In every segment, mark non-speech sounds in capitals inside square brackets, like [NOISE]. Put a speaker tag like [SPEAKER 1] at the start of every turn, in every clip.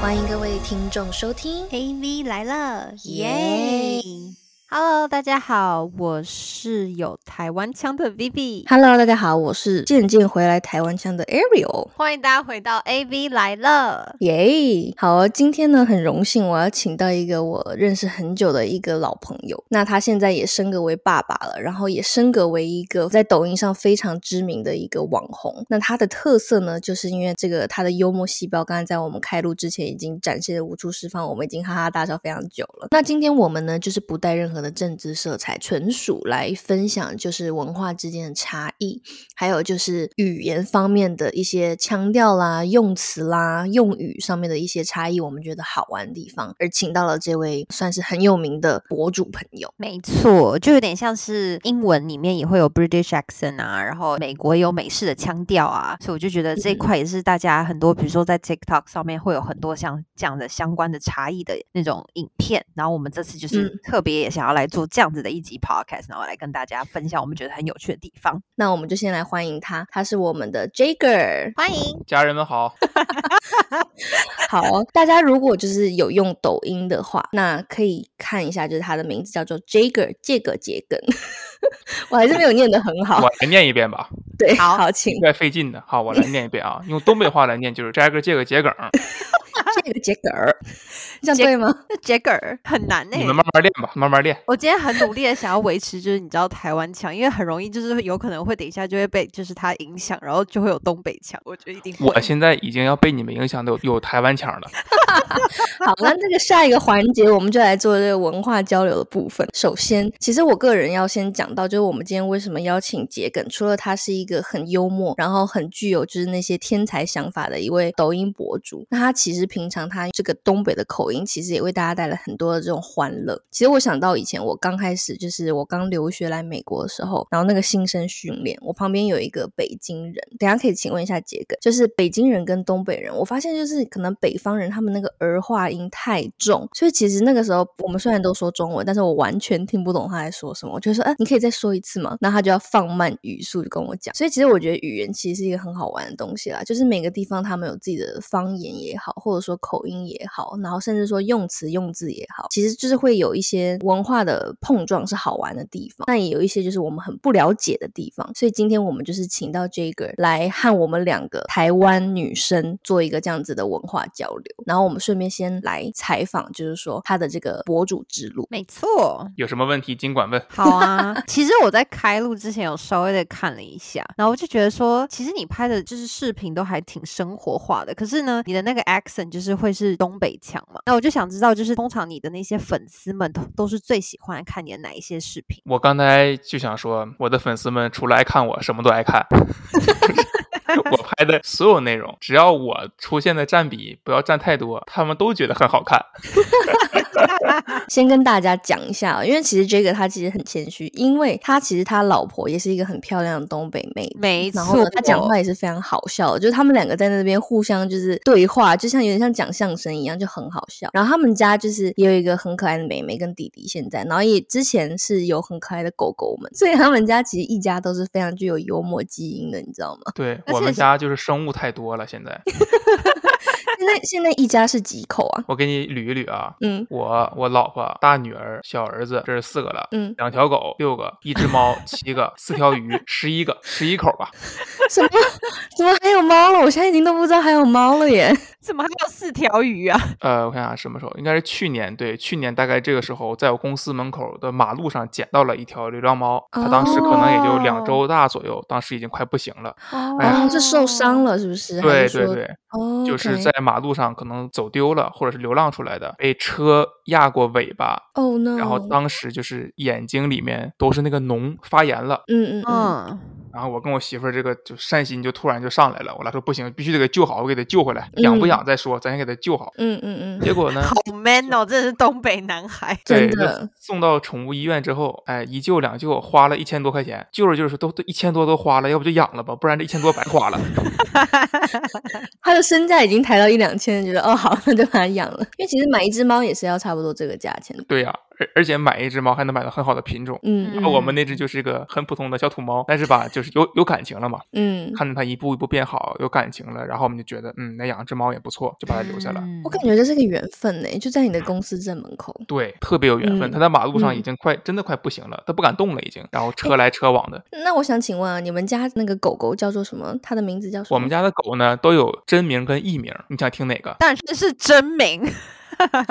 [SPEAKER 1] 欢迎各位听众收听
[SPEAKER 2] AV 来了，
[SPEAKER 1] 耶
[SPEAKER 2] 耶！Hello，大家好，我是有台湾腔的 Vivi，
[SPEAKER 1] Hello，大家好，我是渐渐回来台湾腔的 Ariel。
[SPEAKER 2] 欢迎大家回到 AV 来了。
[SPEAKER 1] 耶、好啊！今天呢，很荣幸我要请到一个我认识很久的一个老朋友，那他现在也升格为爸爸了，然后也升格为一个在抖音上非常知名的一个网红。那他的特色呢，就是因为这个他的幽默细胞，刚才在我们开录之前已经展现的无处释放，我们已经哈哈大笑非常久了。那今天我们呢，就是不带任何的政治色彩，纯属来分享就是文化之间的差异。还有就是语言方面的一些腔调啦、用词啦、用语上面的一些差异，我们觉得好玩的地方，而请到了这位算是很有名的博主朋友。
[SPEAKER 2] 没错，就有点像是英文里面也会有 British accent 啊，然后美国也有美式的腔调啊，所以我就觉得这一
[SPEAKER 1] 嗯
[SPEAKER 2] 块也是大家很多，比如说在 TikTok 上面会有很多像这样的相关的差异的那种影片，然后我们这次就是
[SPEAKER 1] 嗯
[SPEAKER 2] 特别也想要来做这样子的一集 podcast，然后来跟大家分享我们觉得很有趣的地方。
[SPEAKER 1] 那我们就先来欢迎他，他是我们的 Jager。
[SPEAKER 2] 欢迎，
[SPEAKER 3] 家人们好，
[SPEAKER 1] 好，哦大家如果就是有用抖音的话，那可以看一下，就是他的名字叫做 Jager，杰个杰梗。 [LAUGHS] 我还是没有念得很好
[SPEAKER 3] 我，来念一遍吧，
[SPEAKER 1] 对，
[SPEAKER 2] 好
[SPEAKER 1] 好，请
[SPEAKER 3] [LAUGHS] 怪费劲的。好，我来念一遍啊，用东北话来念就是摘个借个桔梗儿，
[SPEAKER 1] 这个杰梗儿，这样
[SPEAKER 2] 杰
[SPEAKER 1] 对吗？
[SPEAKER 2] 那 Jagger [LAUGHS] 很难呢、
[SPEAKER 3] 你们慢慢练吧，慢慢练。
[SPEAKER 2] 我今天很努力的想要维持，就是你知道台湾腔，因为很容易就是有可能会等一下就会被就是它影响，然后就会有东北腔，我觉得一定会。
[SPEAKER 3] 我现在已经要被你们影响的有 [LAUGHS] 有台湾腔了。
[SPEAKER 1] 好，那这个下一个环节，我们就来做这个文化交流的部分。首先，其实我个人要先讲到，就是我们今天为什么邀请桔梗，除了他是一个很幽默，然后很具有就是那些天才想法的一位抖音博主，那他其实平常他这个东北的口音，其实也为大家带来很多的这种欢乐。其实我想到以前我刚开始就是我刚留学来美国的时候，然后那个新生训练，我旁边有一个北京人，等一下可以请问一下杰哥，就是北京人跟东北人，我发现就是可能北方人他们那个儿化音太重，所以其实那个时候我们虽然都说中文，但是我完全听不懂他在说什么。我就说，哎、你可以再说一次吗？那他就要放慢语速跟我讲。所以其实我觉得语言其实是一个很好玩的东西啦，就是每个地方他们有自己的方言也好，或者说口音也好，然后甚至说用词用字也好，其实就是会有一些文化的碰撞是好玩的地方，但也有一些就是我们很不了解的地方。所以今天我们就是请到 Jager 来和我们两个台湾女生做一个这样子的文化交流，然后我们顺便先来采访，就是说她的这个博主之路。
[SPEAKER 2] 没错，
[SPEAKER 3] 有什么问题尽管问。
[SPEAKER 2] 好啊。 [LAUGHS] 其实我在开录之前有稍微的看了一下，然后我就觉得说，其实你拍的就是视频都还挺生活化的，可是呢，你的那个 accent 就是会是东北腔嘛。那我就想知道，就是通常你的那些粉丝们都都是最喜欢看你的哪一些视频？
[SPEAKER 3] 我刚才就想说，我的粉丝们除了爱看我，什么都爱看。我拍的所有内容，只要我出现的占比不要占太多，他们都觉得很好看。
[SPEAKER 1] 先跟大家讲一下、哦，因为其实 Jager 他其实很谦虚，因为他其实他老婆也是一个很漂亮的东北妹子
[SPEAKER 2] 没
[SPEAKER 1] 然后
[SPEAKER 2] 错
[SPEAKER 1] 呢，他
[SPEAKER 3] 哦
[SPEAKER 1] 讲话也是非常好笑的，就是他们两个在那边互相就是对话，就像有点像讲相声一样，就很好笑。然后他们家就是也有一个很可爱的妹妹跟弟弟，现在，然后也之前是有很可爱的狗狗们，所以他们家其实一家都是非常具有幽默基因的，你知道吗？
[SPEAKER 3] 对
[SPEAKER 2] 而
[SPEAKER 3] 我
[SPEAKER 2] 且
[SPEAKER 3] 们
[SPEAKER 2] 是
[SPEAKER 3] 家就是生物太多了，现在
[SPEAKER 1] 现在现在一家是几口啊？
[SPEAKER 3] 我给你捋一捋啊。
[SPEAKER 1] 嗯
[SPEAKER 3] 我、我老婆、大女儿、小儿子，这是四个了。
[SPEAKER 1] 嗯，
[SPEAKER 3] 两条狗六个，一只猫七个，四条鱼十一个，十一口吧。
[SPEAKER 1] 什么怎么还有猫了？我现在已经都不知道还有猫了耶。
[SPEAKER 2] 怎么还有四条鱼啊？
[SPEAKER 3] 呃，我看下什么时候，应该是去年，对，去年大概这个时候，在我公司门口的马路上捡到了一条流浪猫，它当时可能也就两周大左右，当时已经快不行了。 [LAUGHS] 哎呀
[SPEAKER 1] 哦，这受伤
[SPEAKER 2] 了。
[SPEAKER 1] 了是不是？还
[SPEAKER 3] 对
[SPEAKER 1] 是
[SPEAKER 3] 对
[SPEAKER 1] 说，
[SPEAKER 3] 对，
[SPEAKER 1] 哦，
[SPEAKER 3] 就是在
[SPEAKER 1] OK
[SPEAKER 3] 马路上可能走丢了，或者是流浪出来的，被车压过尾巴，
[SPEAKER 1] Oh no！
[SPEAKER 3] 然后当时就是眼睛里面都是那个脓发炎了。
[SPEAKER 1] 嗯嗯嗯，
[SPEAKER 2] 嗯，
[SPEAKER 3] 然后我跟我媳妇儿这个就善心就突然就上来了，我俩说不行，必须得给救好，我给它救回来，养不
[SPEAKER 1] 嗯
[SPEAKER 3] 养再说，咱先给它救好。
[SPEAKER 1] 嗯嗯嗯，
[SPEAKER 3] 结果呢，
[SPEAKER 2] 好 man 哦，真的是东北男孩。
[SPEAKER 3] 对，
[SPEAKER 1] 真
[SPEAKER 3] 就
[SPEAKER 1] 的
[SPEAKER 3] 送到宠物医院之后，哎，一救两救花了一千多块钱，救着救着都都一千多都花了，要不就养了吧，不然这一千多白花了。
[SPEAKER 1] 他的身价已经抬到一两千，觉得哦好，那就把它养了。因为其实买一只猫也是要差不多这个价钱的。
[SPEAKER 3] 对呀、而而且买一只猫还能买到很好的品种。
[SPEAKER 1] 嗯
[SPEAKER 3] 而我们那只就是个很普通的小土猫，但是吧，就是有有感情了嘛，
[SPEAKER 1] 嗯，
[SPEAKER 3] 看着它一步一步变好，有感情了，然后我们就觉得，嗯，那养只猫也不错，就把它留下了。
[SPEAKER 2] 嗯
[SPEAKER 1] 我感觉这是个缘分呢，就在你的公司正门口。
[SPEAKER 3] 对，特别有缘分。
[SPEAKER 1] 嗯
[SPEAKER 3] 它在马路上已
[SPEAKER 1] 嗯
[SPEAKER 3] 经快、真的快不行了，它不敢动了已经。然后车来车往的，
[SPEAKER 1] 那我想请问啊，你们家那个狗狗叫做什么？它的名字叫什么？
[SPEAKER 3] 我们家的狗呢都有真名跟艺名，你想听哪
[SPEAKER 1] [LAUGHS]
[SPEAKER 3] 个？
[SPEAKER 2] 但是是真名，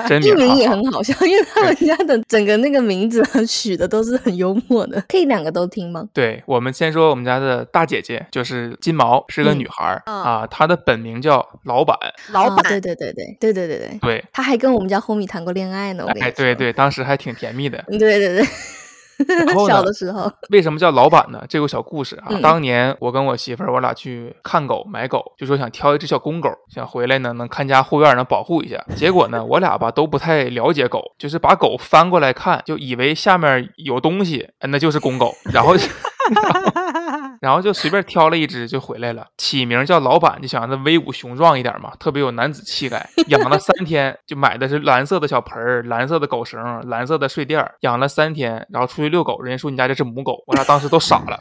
[SPEAKER 3] 真
[SPEAKER 1] 艺
[SPEAKER 3] 名啊
[SPEAKER 1] 名也很
[SPEAKER 3] 好好
[SPEAKER 1] 好笑，因为他们家的整个那个名字啊取的都是很幽默的，可以两个都听吗？
[SPEAKER 3] 对我们先说我们家的大姐姐，就是金毛，是个
[SPEAKER 1] 嗯
[SPEAKER 3] 女孩儿、
[SPEAKER 2] 嗯
[SPEAKER 3] 啊，她的本名叫老板。
[SPEAKER 2] 老
[SPEAKER 1] 啊
[SPEAKER 2] 板
[SPEAKER 1] 对对对对对对对对，
[SPEAKER 3] 对，
[SPEAKER 1] 他还跟我们家 homie 谈过恋爱呢，我跟你
[SPEAKER 3] 哎，
[SPEAKER 1] 说
[SPEAKER 3] 对对，当时还挺甜蜜的。
[SPEAKER 1] 对对对。
[SPEAKER 3] 然
[SPEAKER 1] [LAUGHS]
[SPEAKER 3] 后
[SPEAKER 1] 小
[SPEAKER 3] 呢
[SPEAKER 1] 的时候，
[SPEAKER 3] 为什么叫老板呢？这有个小故事啊。
[SPEAKER 1] 嗯
[SPEAKER 3] 当年我跟我媳妇儿，我俩去看狗、买狗，就说想挑一只小公狗，想回来呢能看家护院，能保护一下。结果呢，我俩吧都不太了解狗，就是把狗翻过来看，就以为下面有东西，哎那就是公狗，然后。 [LAUGHS] 然后就随便挑了一只就回来了，起名叫老板，就想让它威武雄壮一点嘛，特别有男子气概。养了三天，就买的是蓝色的小盆儿、蓝色的狗绳、蓝色的睡垫儿，养了三天，然后出去遛狗，人家说你家这是母狗，我俩当时都傻了。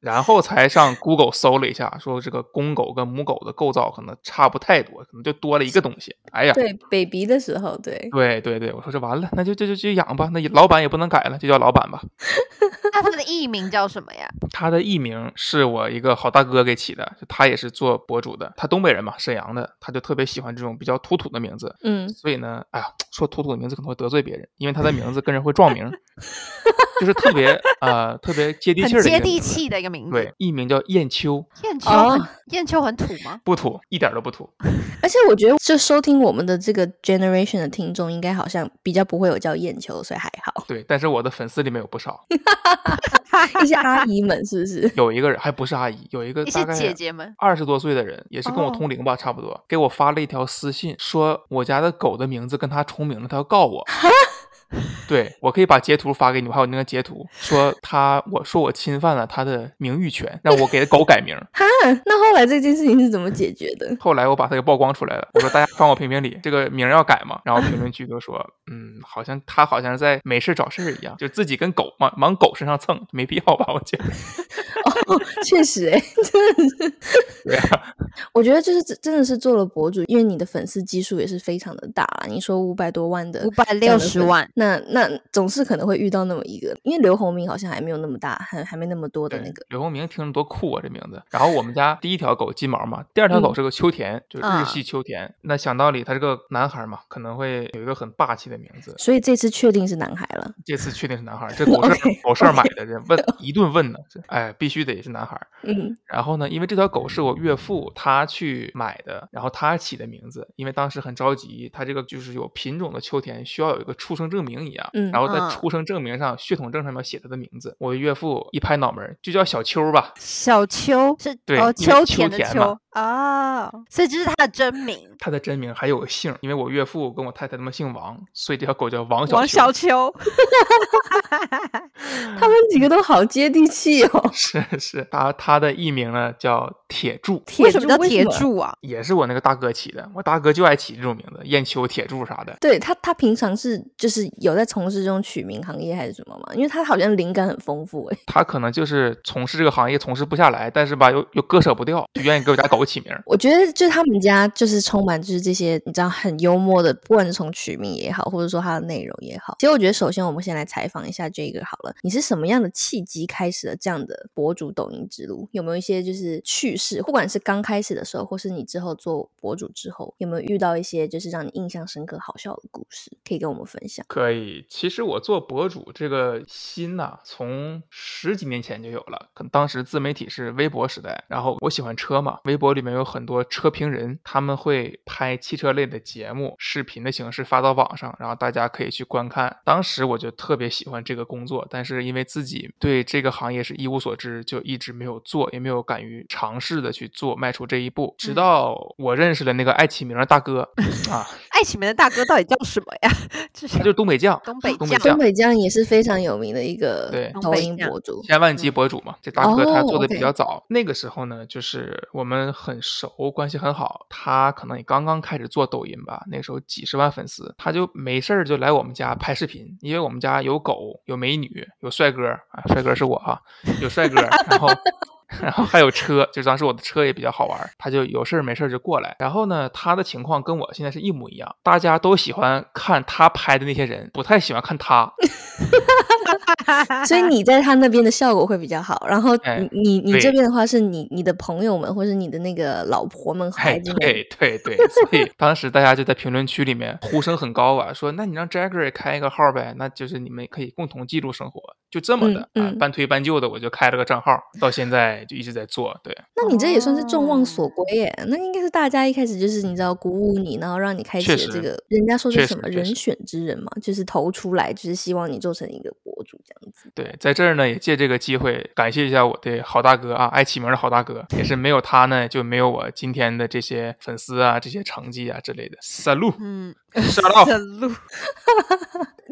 [SPEAKER 3] 然后才上 Google 搜了一下，说这个公狗跟母狗的构造可能差不太多，可能就多了一个东西。哎呀，
[SPEAKER 1] 对 baby 的时候，对，
[SPEAKER 3] 对对对，我说这完了，那就就就就养吧，那老板也不能改了，就叫老板吧。
[SPEAKER 2] 那他的艺名叫什么呀？
[SPEAKER 3] 他的艺名是我一个好大哥给起的，就他也是做博主的，他东北人嘛，沈阳的，他就特别喜欢这种比较土土的名字，
[SPEAKER 1] 嗯，
[SPEAKER 3] 所以呢，哎呀，说土土的名字可能会得罪别人，因为他的名字跟人会撞
[SPEAKER 2] [LAUGHS]
[SPEAKER 3] 名，就是特别呃特别接地气
[SPEAKER 2] 很
[SPEAKER 3] 儿
[SPEAKER 2] 接
[SPEAKER 3] 的一个
[SPEAKER 2] 地
[SPEAKER 3] 名字。
[SPEAKER 2] 气的一个名字
[SPEAKER 3] 对。，艺名叫燕秋，
[SPEAKER 2] 燕秋
[SPEAKER 1] 哦
[SPEAKER 2] 很，燕秋很土 [LAUGHS] 吗？
[SPEAKER 3] 不土，一点儿都不土。
[SPEAKER 1] 而且我觉得这收听我们的这个 generation 的听众，应该好像比较不会有叫艳球，所以还
[SPEAKER 2] 哦
[SPEAKER 3] [LAUGHS]
[SPEAKER 1] 好。
[SPEAKER 3] 对，但是我的粉丝里面有不少，
[SPEAKER 1] 一些阿姨们是不是？
[SPEAKER 3] 有一个人还不是阿姨，有一个
[SPEAKER 2] 一些
[SPEAKER 3] 大概
[SPEAKER 2] 姐姐们，
[SPEAKER 3] 二十多岁的人，也是跟我
[SPEAKER 2] 哦
[SPEAKER 3] 同龄吧，差不多，给我发了一条私信，说我家的狗的名字跟他重名了，他要告我。对，我可以把截图发给你们，还有那个截图，说他，我说我侵犯了他的名誉权，让我给狗改名。
[SPEAKER 1] 哈，那后来这件事情是怎么解决的？
[SPEAKER 3] 后来我把他给曝光出来了，我说大家帮我评评理，这个名儿要改吗？然后评论区就说，嗯，好像他好像是在没事找事儿一样，就自己跟狗往往狗身上蹭，没必要吧？我觉得，
[SPEAKER 1] 哦，确实、欸，
[SPEAKER 3] 对啊，
[SPEAKER 1] 我觉得就是真真的是做了博主，因为你的粉丝基数也是非常的大啦。你说五百多万的，
[SPEAKER 2] 百
[SPEAKER 1] 这样的粉，那那总是可能会遇到那么一个，因为刘宏明好像还没有那么大，还还没那么多的
[SPEAKER 3] 对
[SPEAKER 1] 那个，
[SPEAKER 3] 刘宏明听着多酷啊，这名字。然后我们家第一条狗金毛嘛，第二
[SPEAKER 1] 嗯
[SPEAKER 3] 条狗是个秋田，就是日
[SPEAKER 2] 啊
[SPEAKER 3] 系秋田。那想道理，他是个男孩嘛，可能会有一个很霸气的名
[SPEAKER 1] [LAUGHS]
[SPEAKER 3] 字。
[SPEAKER 1] 所以这次确定是男孩了。
[SPEAKER 3] 这次确定是男孩，
[SPEAKER 1] [LAUGHS]
[SPEAKER 3] 这狗是
[SPEAKER 1] OK，
[SPEAKER 3] 狗市买的，这
[SPEAKER 1] [LAUGHS]
[SPEAKER 3] 问一顿问呢，这哎，必须得是男孩。
[SPEAKER 1] 嗯
[SPEAKER 3] 然后呢，因为这条狗是我岳父他去买的，然后他起的名字，因为当时很着急，他这个就是有品种的秋田需要有一个出生证明一样，
[SPEAKER 1] 嗯
[SPEAKER 3] 然后在
[SPEAKER 2] 嗯
[SPEAKER 3] 出生证明上、血统证上面写他的名字。我岳父一拍脑门儿，就叫小秋吧，
[SPEAKER 2] [LAUGHS] 小秋是
[SPEAKER 3] 对
[SPEAKER 2] 哦，
[SPEAKER 3] 因为
[SPEAKER 2] 秋
[SPEAKER 3] 秋
[SPEAKER 2] 田的
[SPEAKER 3] 田
[SPEAKER 2] 秋
[SPEAKER 3] 嘛
[SPEAKER 2] 啊，所以这是他的真名
[SPEAKER 3] 他的真名还有个姓儿，因为我岳父跟我太太他们姓王，所以这条狗叫王小
[SPEAKER 2] 王
[SPEAKER 3] 秋
[SPEAKER 2] 小秋。
[SPEAKER 1] 他们几个都好接地气哦。
[SPEAKER 3] 是是，他他的艺名呢叫铁柱，
[SPEAKER 2] 为什么叫
[SPEAKER 1] 为
[SPEAKER 2] 铁
[SPEAKER 1] 什么？
[SPEAKER 2] 柱啊？
[SPEAKER 3] 也是我那个大哥起的，我大哥就爱起这种名字，燕秋、铁柱啥的。
[SPEAKER 1] 对他，他平常是就是有在从事这种取名行业还是什么吗？因为他好像灵感很丰富欸诶、
[SPEAKER 3] 他可能就是从事这个行业从事不下来，但是吧又又割舍不掉，就愿意给我家狗起名儿。
[SPEAKER 1] [LAUGHS] 我觉得就他们家就是充满就是这些你知道很幽默的，不管是从取名也好，或者说它的内容也好。其实我觉得首先我们先来采访一下这个好了，你是什么样的契机开始了这样的博主抖音之路？有没有一些就是趣事？不管是刚开始的时候，或是你之后做博主之后，有没有遇到一些就是让你印象深刻、好笑的故事，可以跟我们分享？
[SPEAKER 3] 可以，其实我做博主这个心呐、从十几年前就有了。可能当时自媒体是微博时代，然后我喜欢车嘛，微博里面有很多车评人，他们会拍汽车类的节目，视频的形式发到网上，然后大家可以去观看。当时我就特别喜欢这个工作，但是因为自己对这个行业是一无所知，就一直没有做，也没有敢于尝试的去做，迈出这一步。直
[SPEAKER 2] 嗯
[SPEAKER 3] 到我认识了那个爱起名儿的大哥啊，
[SPEAKER 2] 爱起名的大哥到底叫什么呀？ [LAUGHS] 就
[SPEAKER 3] 他
[SPEAKER 2] 是
[SPEAKER 3] 就是东北酱，
[SPEAKER 2] 东北
[SPEAKER 3] 东北
[SPEAKER 2] 酱
[SPEAKER 3] 酱
[SPEAKER 1] 东北酱也是非常有名的一
[SPEAKER 3] 对
[SPEAKER 1] 个
[SPEAKER 2] 东
[SPEAKER 1] 抖
[SPEAKER 2] 北
[SPEAKER 1] 音
[SPEAKER 2] 酱
[SPEAKER 1] 博主。
[SPEAKER 3] 千万级博主嘛，这大哥他
[SPEAKER 1] 嗯哦
[SPEAKER 3] 做的比
[SPEAKER 1] ，OK
[SPEAKER 3] 较早。那个时候呢，就是我们很熟，关系很好。他可能也刚刚开始做抖音吧，那个时候几十万粉丝，他就没事儿就来我们家拍视频，因为我们家有狗、有美女、有帅哥啊，帅哥是我哈、有帅哥，
[SPEAKER 1] [LAUGHS]
[SPEAKER 3] 然后。然后还有车，就当时我的车也比较好玩儿，他就有事儿没事儿就过来。然后呢，他的情况跟我现在是一模一样，大家都喜欢看他拍的那些人，不太喜欢看他。
[SPEAKER 1] 所
[SPEAKER 2] [LAUGHS]
[SPEAKER 1] 以你在他那边的效果会比较好，然后
[SPEAKER 3] 哎
[SPEAKER 1] 你你你
[SPEAKER 3] 对
[SPEAKER 1] 这边的话是你你的朋友们或是你的那个老婆们孩
[SPEAKER 3] 哎，
[SPEAKER 1] 子们，
[SPEAKER 3] 对对对，所以当时大家就在评论区里面呼声很高啊，说那你让 Jagger 也开一个号呗，那就是你们可以共同记录生活，就这么的、
[SPEAKER 1] 嗯
[SPEAKER 3] 啊
[SPEAKER 1] 嗯，
[SPEAKER 3] 半推半就的我就开了个账号，到现在就一直在做。对，
[SPEAKER 1] 那你这也算是众望
[SPEAKER 2] 哦
[SPEAKER 1] 所归耶。那应该是大家一开始就是你知道鼓舞你，然后让你开启
[SPEAKER 3] 确
[SPEAKER 1] 了这
[SPEAKER 3] 实
[SPEAKER 1] 个人家说
[SPEAKER 3] 确
[SPEAKER 1] 是
[SPEAKER 3] 实
[SPEAKER 1] 什么
[SPEAKER 3] 确
[SPEAKER 1] 人
[SPEAKER 3] 实
[SPEAKER 1] 选之人嘛，就是投出来，就是希望你做成一个博主这样子。
[SPEAKER 3] 对，在这儿呢也借这个机会感谢一下我的好大哥啊，爱起名的好大哥，也是没有他呢就没有我今天的这些粉丝啊、这些成绩啊之类的。Salute，
[SPEAKER 2] [LAUGHS] 嗯，
[SPEAKER 1] [LAUGHS]
[SPEAKER 3] Shut up
[SPEAKER 2] 路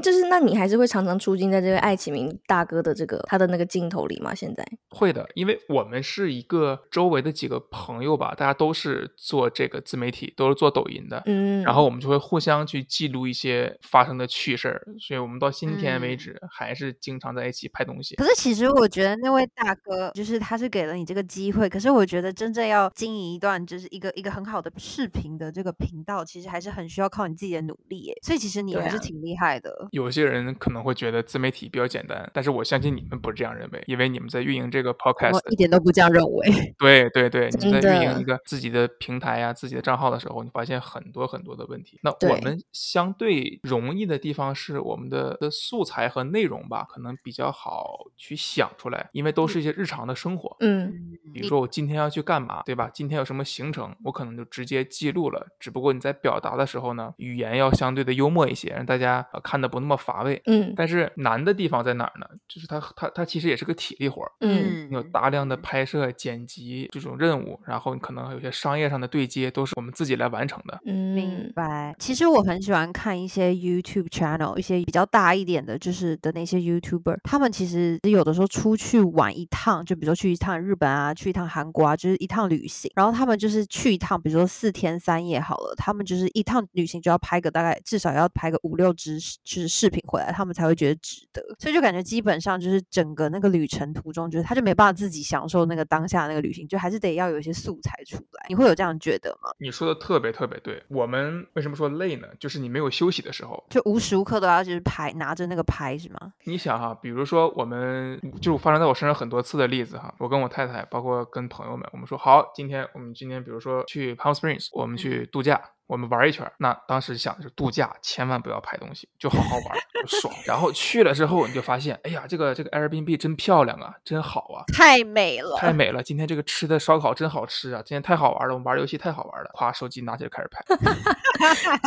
[SPEAKER 1] 就是那你还是会常常出镜在这位爱启明大哥的这个他的那个镜头里吗？现在
[SPEAKER 3] 会的，因为我们是一个周围的几个朋友吧，大家都是做这个自媒体，都是做抖音的，
[SPEAKER 1] 嗯，
[SPEAKER 3] 然后我们就会互相去记录一些发生的趣事儿，所以我们到今天为
[SPEAKER 2] 嗯
[SPEAKER 3] 止还是经常在一起拍东西。
[SPEAKER 2] 可是其实我觉得那位大哥就是他是给了你这个机会，可是我觉得真正要经营一段就是一个一个很好的视频的这个频道，其实还是很需要靠你自己的努力耶。所以其实你
[SPEAKER 1] 对
[SPEAKER 2] 还是
[SPEAKER 1] 啊
[SPEAKER 2] 挺厉害的。
[SPEAKER 3] 有些人可能会觉得自媒体比较简单，但是我相信你们不是这样认为，因为你们在运营这个 podcast，
[SPEAKER 2] 我一点都不这样认为，
[SPEAKER 3] 对对对，你
[SPEAKER 1] 真
[SPEAKER 3] 们在运营
[SPEAKER 1] 的
[SPEAKER 3] 一个自己的平台呀、自己的账号的时候，你发现很多很多的问题。那我
[SPEAKER 1] 对
[SPEAKER 3] 们相对容易的地方是我们的的素材和内容吧，可能比较好去想出来，因为都是一些日常的生活。
[SPEAKER 1] 嗯，
[SPEAKER 3] 比如说我今天要去干嘛，对吧？今天有什么行程，我可能就直接记录了。只不过你在表达的时候呢，语言要相对的幽默一些，让大家、呃看的不那么乏味。
[SPEAKER 1] 嗯
[SPEAKER 3] 但是难的地方在哪儿呢？就是它它它其实也是个体力活儿，
[SPEAKER 1] 嗯
[SPEAKER 3] 你有大量的拍摄、剪辑这种任务，然后你可能还有一些商业上的对接，都是我们自己来完成的。
[SPEAKER 2] 明
[SPEAKER 1] 嗯，
[SPEAKER 2] 白。其实我很喜欢看一些 YouTube channel，一些比较大一点的，就是的那些 YouTuber，他们其实有的时候出去玩一趟，就比如说去一趟日本啊，去一趟韩国啊，就是一趟旅行。然后他们就是去一趟，比如说四天三夜好了，他们就是一趟旅行就要拍个大概至少要拍个五六支视就是视频回来，他们才会觉得值得。所以就感觉基本上就是整个那个旅程途中，就是他就没办法自己享受那个当下那个旅行，就还是得要有一些素材出来。你会有这样觉得吗？
[SPEAKER 3] 你说的特别特别对。我们为什么说累呢？就是你没有休息的时候。
[SPEAKER 2] 就无时无刻都要就是拍拿着那个拍是吗？
[SPEAKER 3] 你想哈、比如说我们就发生在我身上很多次的例子哈，我跟我太太，包括跟朋友们，我们说好，今天我们今天比如说去 Palm Springs，我们去度假。我们玩一圈儿，那当时想的是度假，千万不要拍东西，就好好玩儿，就爽。然后去了之后，你就发现，哎呀，这个这个 Airbnb 真漂亮啊，真好啊，
[SPEAKER 2] 太美了，
[SPEAKER 3] 太美了！今天这个吃的烧烤真好吃啊，今天太好玩了，我们玩游戏太好玩了，夸手机拿起来开始拍。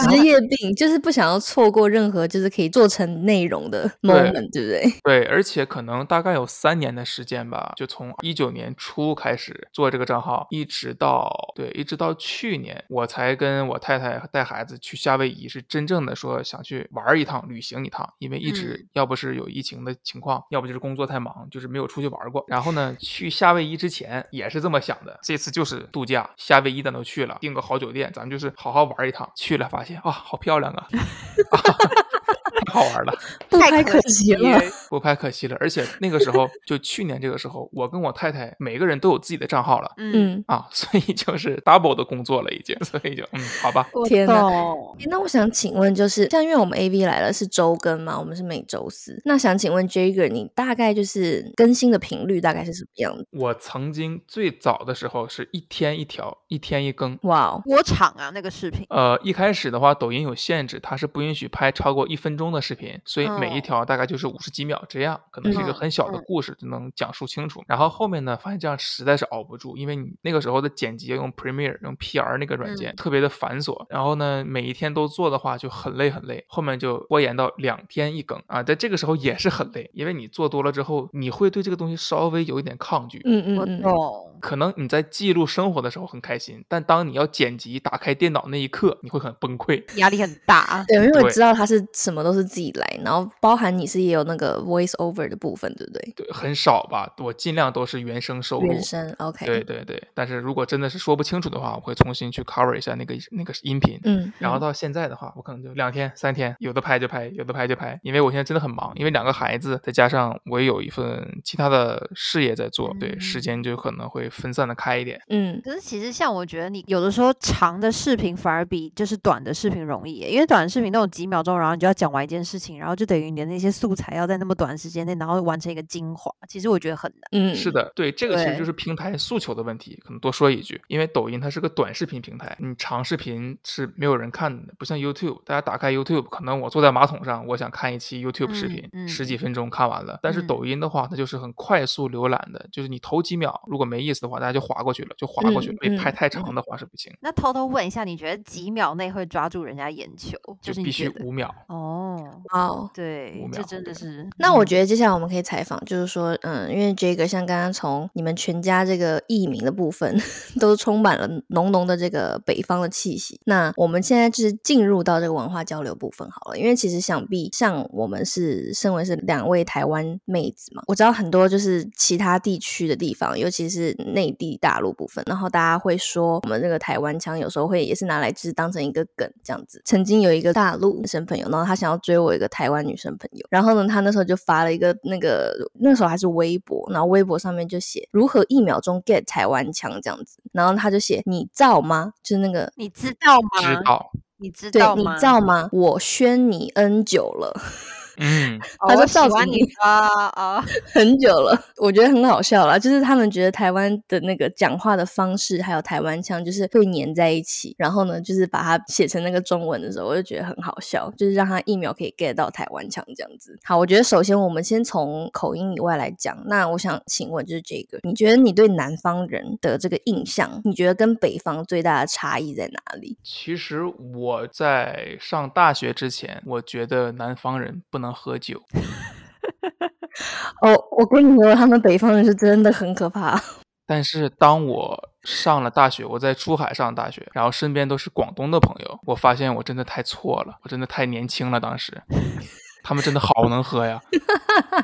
[SPEAKER 1] 职业病就是不想要错过任何就是可以做成内容的 moment，对不对？
[SPEAKER 3] 对，而且可能大概有三年的时间吧，就从一九年初开始做这个账号，一直到对，一直到去年，我才跟我太太带孩子去夏威夷，是真正的说想去玩儿一趟、旅行一趟，因为一直要不是有疫情的情况，要不就是工作太忙，就是没有出去玩儿过。然后呢，去夏威夷之前也是这么想的，这次就是度假，夏威夷咱都去了，订个好酒店，咱们就是好好玩儿一趟。去了发现啊，好漂亮啊 [LAUGHS] 啊太好玩儿了。
[SPEAKER 1] 不
[SPEAKER 2] 太
[SPEAKER 1] 拍
[SPEAKER 2] 可
[SPEAKER 1] 可惜了。
[SPEAKER 3] 不拍可惜了。而且那个时候，就去年这个时候，我跟我太太每个人都有自己的账号了
[SPEAKER 2] 嗯，
[SPEAKER 1] 嗯，
[SPEAKER 3] 啊， [LAUGHS] 所以就是 double 的工作了已经，所以就嗯，好吧，
[SPEAKER 2] 我
[SPEAKER 1] 天哪
[SPEAKER 2] 懂
[SPEAKER 1] 诶那我想请问，就是像因为我们 A V 来了是周更嘛，我们是每周四。那想请问 Jager，你大概就是更新的频率大概是什么样的？
[SPEAKER 3] 我曾经最早的时候是一天一条，一天一更。
[SPEAKER 1] 哇哦，
[SPEAKER 2] 多长啊那个视频，
[SPEAKER 3] 呃，一开始的话，抖音有限制，它是不允许拍超过一分钟的视频，所以每一
[SPEAKER 2] 哦
[SPEAKER 3] 条大概就是五十几秒这样，可能是一个
[SPEAKER 2] 嗯
[SPEAKER 3] 很小的
[SPEAKER 2] 嗯
[SPEAKER 3] 故事就能讲述清楚。然后后面呢，发现这样实在是熬不住，因为你那个时候的剪辑要用 Premiere 用 PR 那个
[SPEAKER 2] 嗯
[SPEAKER 3] 软件，特别的繁琐。然后呢，每一天都做的话就很累很累，后面就拖延到两天一更啊，在这个时候也是很累，因为你做多了之后，你会对这个东西稍微有一点抗拒。
[SPEAKER 1] 嗯嗯
[SPEAKER 2] 我
[SPEAKER 1] 嗯，
[SPEAKER 2] 懂。
[SPEAKER 3] 可能你在记录生活的时候很开心，但当你要剪辑、打开电脑那一刻，你会很崩溃。
[SPEAKER 2] 压力很大。
[SPEAKER 1] 对，因为我
[SPEAKER 3] 对
[SPEAKER 1] 知道他是什么都是自己来，然后包含你是也有那个 voice over 的部分，对不对？
[SPEAKER 3] 对，很少吧，我尽量都是原声收录。
[SPEAKER 1] 原声，OK，
[SPEAKER 3] 对对对，但是如果真的是说不清楚的话，我会重新去 cover 一下那个那个音频。
[SPEAKER 1] 嗯，
[SPEAKER 3] 然后
[SPEAKER 1] 嗯
[SPEAKER 3] 到现在的话，我可能就两天、三天，有的拍就拍，有的拍就拍，因为我现在真的很忙，因为两个孩子，再加上我也有一份其他的事业在做，对，时
[SPEAKER 2] 嗯
[SPEAKER 3] 间就可能会分散的开一点。
[SPEAKER 1] 嗯，
[SPEAKER 2] 可是其实像我觉得你有的时候长的视频反而比就是短的视频容易耶，因为短的视频那种几秒钟，然后你就要讲完一件事情，然后就等于你的那些素材要在那么短的时间内，然后完成一个精华，其实我觉得很难。
[SPEAKER 1] 嗯，
[SPEAKER 3] 是，的，对，这个其实
[SPEAKER 2] 对
[SPEAKER 3] 就是平台诉求的问题。可能多说一句，因为抖音它是个短视频平台，你长视频是没有人看的，不像 YouTube，大家打开 YouTube，可能我坐在马桶上，我想看一期 YouTube 视
[SPEAKER 2] 嗯
[SPEAKER 3] 频，
[SPEAKER 2] 嗯
[SPEAKER 3] 十几分钟看完了。但是
[SPEAKER 2] 嗯
[SPEAKER 3] 抖音的话，它就是很快速浏览的，就是你头几秒如果没意思的话，大家就划过去了，就划过去
[SPEAKER 1] 嗯
[SPEAKER 3] 了。被拍
[SPEAKER 1] 嗯
[SPEAKER 3] 太长的话是不行，
[SPEAKER 2] 那偷偷问一下，你觉得几秒内会抓住人家眼球？就是
[SPEAKER 3] 必
[SPEAKER 2] 你
[SPEAKER 3] 须
[SPEAKER 2] 觉得
[SPEAKER 3] 五秒。
[SPEAKER 2] 哦，
[SPEAKER 1] 哇哦。
[SPEAKER 2] 对
[SPEAKER 3] 五，
[SPEAKER 2] 这
[SPEAKER 3] 秒
[SPEAKER 2] 真的
[SPEAKER 3] 对
[SPEAKER 2] 是。
[SPEAKER 1] 那我
[SPEAKER 2] 嗯
[SPEAKER 1] 觉得接下来我们可以采访，就是说，嗯，因为这个像刚刚从你们全家这个艺名的部分，都充满了浓浓的这个北方的气息。那我们现在就是进入到这个文化交流部分好了，因为其实想必像我们是身为是两位台湾妹子嘛，我知道很多就是其他地区的地方，尤其是内地大陆部分，然后大家会说我们这个台湾腔有时候会也是拿来就是当成一个梗这样子。曾经有一个大陆女生朋友，然后她想要追我一个台湾女生朋友，然后呢，她那时候就发了一个那个那时候还是微博，然后微博上面就写如何一秒钟 get 台湾腔这样子，然后她就写你造吗？就是那个。
[SPEAKER 2] 你知道吗？
[SPEAKER 3] 知道，
[SPEAKER 2] 你知
[SPEAKER 1] 对
[SPEAKER 2] 道
[SPEAKER 1] 你
[SPEAKER 2] 吗？
[SPEAKER 1] 造吗？我宣你 N 久了，
[SPEAKER 3] 嗯，
[SPEAKER 2] 哦
[SPEAKER 1] 他
[SPEAKER 2] 我
[SPEAKER 1] 说
[SPEAKER 2] 喜
[SPEAKER 1] 到此
[SPEAKER 2] 欢
[SPEAKER 1] 一
[SPEAKER 2] 你啊啊！
[SPEAKER 1] 很久了，我觉得很好笑啦。就是他们觉得台湾的那个讲话的方式，还有台湾腔，就是会粘在一起。然后呢，就是把它写成那个中文的时候，我就觉得很好笑，就是让他一秒可以 get 到台湾腔这样子。好，我觉得首先我们先从口音以外来讲。那我想请问，就是这个，你觉得你对南方人的这个印象，你觉得跟北方最大的差异在哪里？
[SPEAKER 3] 其实我在上大学之前，我觉得南方人不能喝酒。
[SPEAKER 1] 哦，我跟你说，他们北方人是真的很可怕。 [LAUGHS]
[SPEAKER 3] 但是当我上了大学，我在珠海上大学，然后身边都是广东的朋友，我发现我真的太错了，我真的太年轻了。当
[SPEAKER 2] [LAUGHS]
[SPEAKER 3] 时他们真的好能喝呀，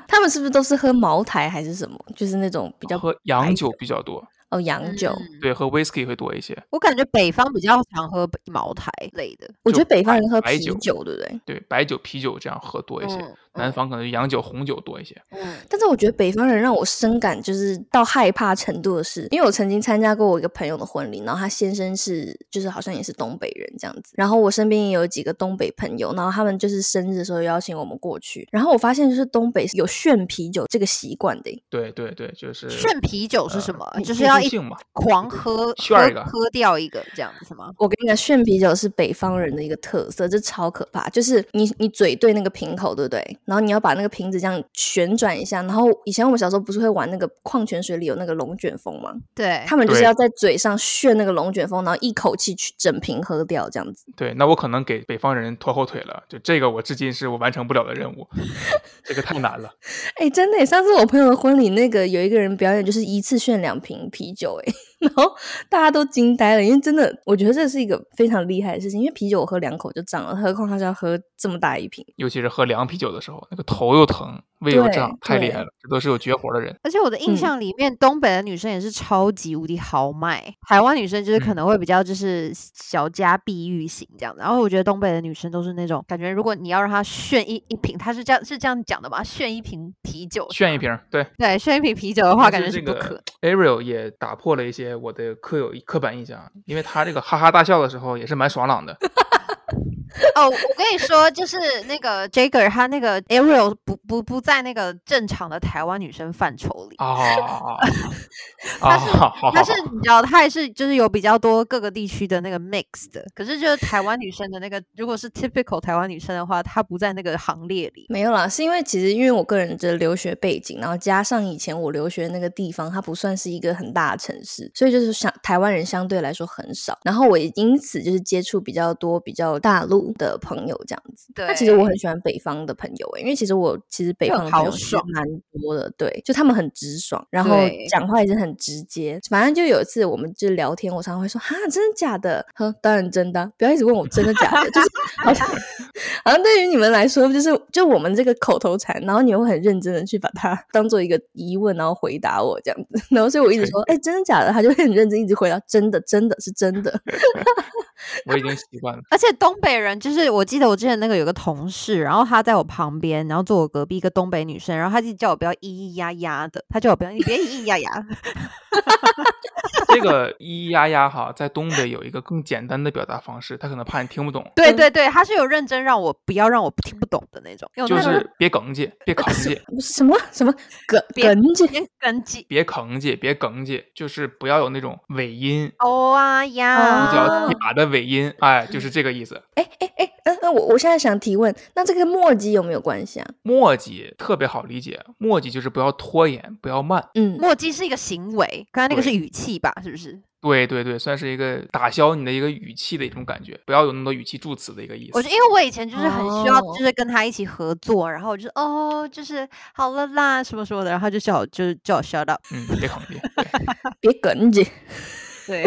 [SPEAKER 1] 他们是不是都是喝茅台还是什么？就是那种比较
[SPEAKER 3] 喝
[SPEAKER 1] 白
[SPEAKER 3] 洋酒比较多，
[SPEAKER 1] 哦洋酒。
[SPEAKER 2] 嗯
[SPEAKER 3] 对，喝 whisky 会多一些，
[SPEAKER 2] [LAUGHS] 我感觉北方比较常喝茅台类的，
[SPEAKER 1] 我
[SPEAKER 3] 就
[SPEAKER 1] 觉得北方
[SPEAKER 3] 白
[SPEAKER 1] 人喝
[SPEAKER 3] 白
[SPEAKER 1] 啤
[SPEAKER 3] 酒
[SPEAKER 1] 酒，对不对？
[SPEAKER 3] 对，白酒、啤酒这样喝多一些。
[SPEAKER 2] 嗯
[SPEAKER 3] 南方可能洋酒、红酒多一些。
[SPEAKER 2] 嗯，
[SPEAKER 1] 但是我觉得北方人让我深感就是到害怕程度的是，因为我曾经参加过我一个朋友的婚礼，然后他先生是就是好像也是东北人这样子，然后我身边也有几个东北朋友，然后他们就是生日的时候邀请我们过去，然后我发现就是东北有炫啤酒这个习惯的耶，
[SPEAKER 3] 对对对，就是
[SPEAKER 2] 炫啤酒是
[SPEAKER 3] 呃
[SPEAKER 2] 什么？
[SPEAKER 3] 不
[SPEAKER 2] 就是
[SPEAKER 3] 不
[SPEAKER 2] 要
[SPEAKER 3] 助
[SPEAKER 2] 一
[SPEAKER 3] 兴嘛
[SPEAKER 2] 狂喝，
[SPEAKER 3] 炫
[SPEAKER 2] 喝
[SPEAKER 3] 一个
[SPEAKER 2] 喝掉一个这样子吗？
[SPEAKER 1] 我跟你讲，炫啤酒是北方人的一个特色，这超可怕。就是你你嘴对那个瓶口，对不对？然后你要把那个瓶子这样旋转一下。然后以前我们小时候不是会玩那个矿泉水里有那个龙卷风吗？
[SPEAKER 2] 对，
[SPEAKER 1] 他们就是
[SPEAKER 3] 对
[SPEAKER 1] 要在嘴上炫那个龙卷风，然后一口气去整瓶喝掉这样子。
[SPEAKER 3] 对，那我可能给北方人拖后腿了，就这个我至今是我完成不了的任务， [LAUGHS] 这个太难了。
[SPEAKER 1] 哎，真的耶，上次我朋友的婚礼，那个有一个人表演就是一次炫两瓶啤酒，哎， [LAUGHS] 然后大家都惊呆了，因为真的，我觉得这是一个非常厉害的事情，因为啤酒我喝两口就胀了，何况他是要喝这么大一瓶。
[SPEAKER 3] 尤其是喝凉啤酒的时候，那个头又疼，胃又
[SPEAKER 1] 对
[SPEAKER 3] 胀，太厉
[SPEAKER 1] 对
[SPEAKER 3] 害了，这都是有绝活的人。
[SPEAKER 2] 而且我的
[SPEAKER 1] 嗯
[SPEAKER 2] 印象里面，东北的女生也是超级无敌豪迈，台湾女生就是可
[SPEAKER 3] 嗯
[SPEAKER 2] 能会比较就是小家碧玉型这样的。然后我觉得东北的女生都是那种感觉，如果你要让她炫一一瓶，她是这样是这样讲的吧？炫一瓶啤酒，
[SPEAKER 3] 炫一瓶儿，对，
[SPEAKER 2] 对，炫一瓶啤酒的话，
[SPEAKER 3] 但
[SPEAKER 2] 感觉
[SPEAKER 3] 是
[SPEAKER 2] 是
[SPEAKER 3] 这
[SPEAKER 2] 不
[SPEAKER 3] 个
[SPEAKER 2] 可。
[SPEAKER 3] Ariel 也打破了一些我的刻有刻板印象，啊因为他这个哈哈大笑的时候也是蛮爽
[SPEAKER 2] [LAUGHS]
[SPEAKER 3] 朗的。
[SPEAKER 2] 哦，我跟你说，就是那个 Jagger 他那个 Ariel 不不不在那个正常的台湾女生范畴里。
[SPEAKER 3] 啊啊
[SPEAKER 2] [LAUGHS] 他
[SPEAKER 3] 啊！
[SPEAKER 2] 是
[SPEAKER 3] 好好好
[SPEAKER 2] 他是你知道，他也是就是有比较多各个地区的那个 mix 的，可是就是台湾女生的那个，如果是 typical 台湾女生的话，她不在那个行列里。
[SPEAKER 1] 没有啦，是因为其实因为我个人的留学背景，然后加上以前我留学那个地方，它不算是一个很大的城市，所以就是相台湾人相对来说很少。然后我也因此就是接触比较多比较大陆族的朋友这样子。
[SPEAKER 2] 对
[SPEAKER 1] 那其实我很喜欢北方的朋友欸诶、因为其实我其实北
[SPEAKER 2] 就
[SPEAKER 1] 方的朋
[SPEAKER 2] 豪
[SPEAKER 1] 友其实
[SPEAKER 2] 爽
[SPEAKER 1] 蛮多的，对，就他们很直爽，然后
[SPEAKER 2] 对
[SPEAKER 1] 讲话也是很直接。反正就有一次我们就聊天，我常常会说哈，真的假的？呵，当然真的啊，不要一直问我真的假的，
[SPEAKER 2] [LAUGHS]
[SPEAKER 1] 就是好像好像对于你们来说，就是就我们这个口头禅，然后你们会很认真的去把它当做一个疑问，然后回答我这样子。 [LAUGHS] 然后所以我一直
[SPEAKER 3] 对
[SPEAKER 1] 说，哎、真的假的？他就会很认真一直回答，真的，真的是真的。
[SPEAKER 3] 我已经习惯了。
[SPEAKER 2] 而且东北人就是，我记得我之前那个有个同事，然后他在我旁边，然后坐我隔壁一个东北女生，然后他就叫我不要咿咿呀呀的，他叫我不要你别咿咿呀呀，
[SPEAKER 3] 这个咿咿呀呀哈，在东北有一个更简单的表达方式，他可能怕你听不懂，
[SPEAKER 2] 对
[SPEAKER 1] 嗯
[SPEAKER 2] 对对，他是有认真让我不要让我听不懂的那种，用
[SPEAKER 3] 就
[SPEAKER 2] 那种
[SPEAKER 3] 是别哽咽，别吭
[SPEAKER 1] 什
[SPEAKER 3] 咽，
[SPEAKER 1] 不是什么什么梗
[SPEAKER 2] 别
[SPEAKER 1] 梗姐，
[SPEAKER 2] 先跟机
[SPEAKER 3] 别吭咽，别哽咽，就是不要有那种尾音，
[SPEAKER 2] 哦啊
[SPEAKER 3] 比
[SPEAKER 2] 呀，
[SPEAKER 3] 较
[SPEAKER 1] 啊
[SPEAKER 3] 嗲的尾音，哎，就是这个意思。
[SPEAKER 1] 哎哎哎，嗯嗯，我我现在想提问，那这跟墨迹有没有关系啊？
[SPEAKER 3] 墨迹特别好理解，墨迹就是不要拖延，不要慢。
[SPEAKER 1] 嗯，
[SPEAKER 2] [LAUGHS] 墨迹是一个行为，刚才那个
[SPEAKER 3] 对
[SPEAKER 2] 是语气吧？是不是？
[SPEAKER 3] 对对对，算是一个打消你的一个语气的一种感觉，不要有那么多语气助词的一个意思
[SPEAKER 2] 我。就因为我以前就是很需要，
[SPEAKER 1] 哦
[SPEAKER 2] 就是跟他一起合作，然后我就哦，就是好了啦，什么什么的，然后他就叫我就是叫我 shut up，
[SPEAKER 3] 嗯，别哽
[SPEAKER 2] [LAUGHS]
[SPEAKER 3] 咽。对
[SPEAKER 1] 别梗姐。
[SPEAKER 2] 对，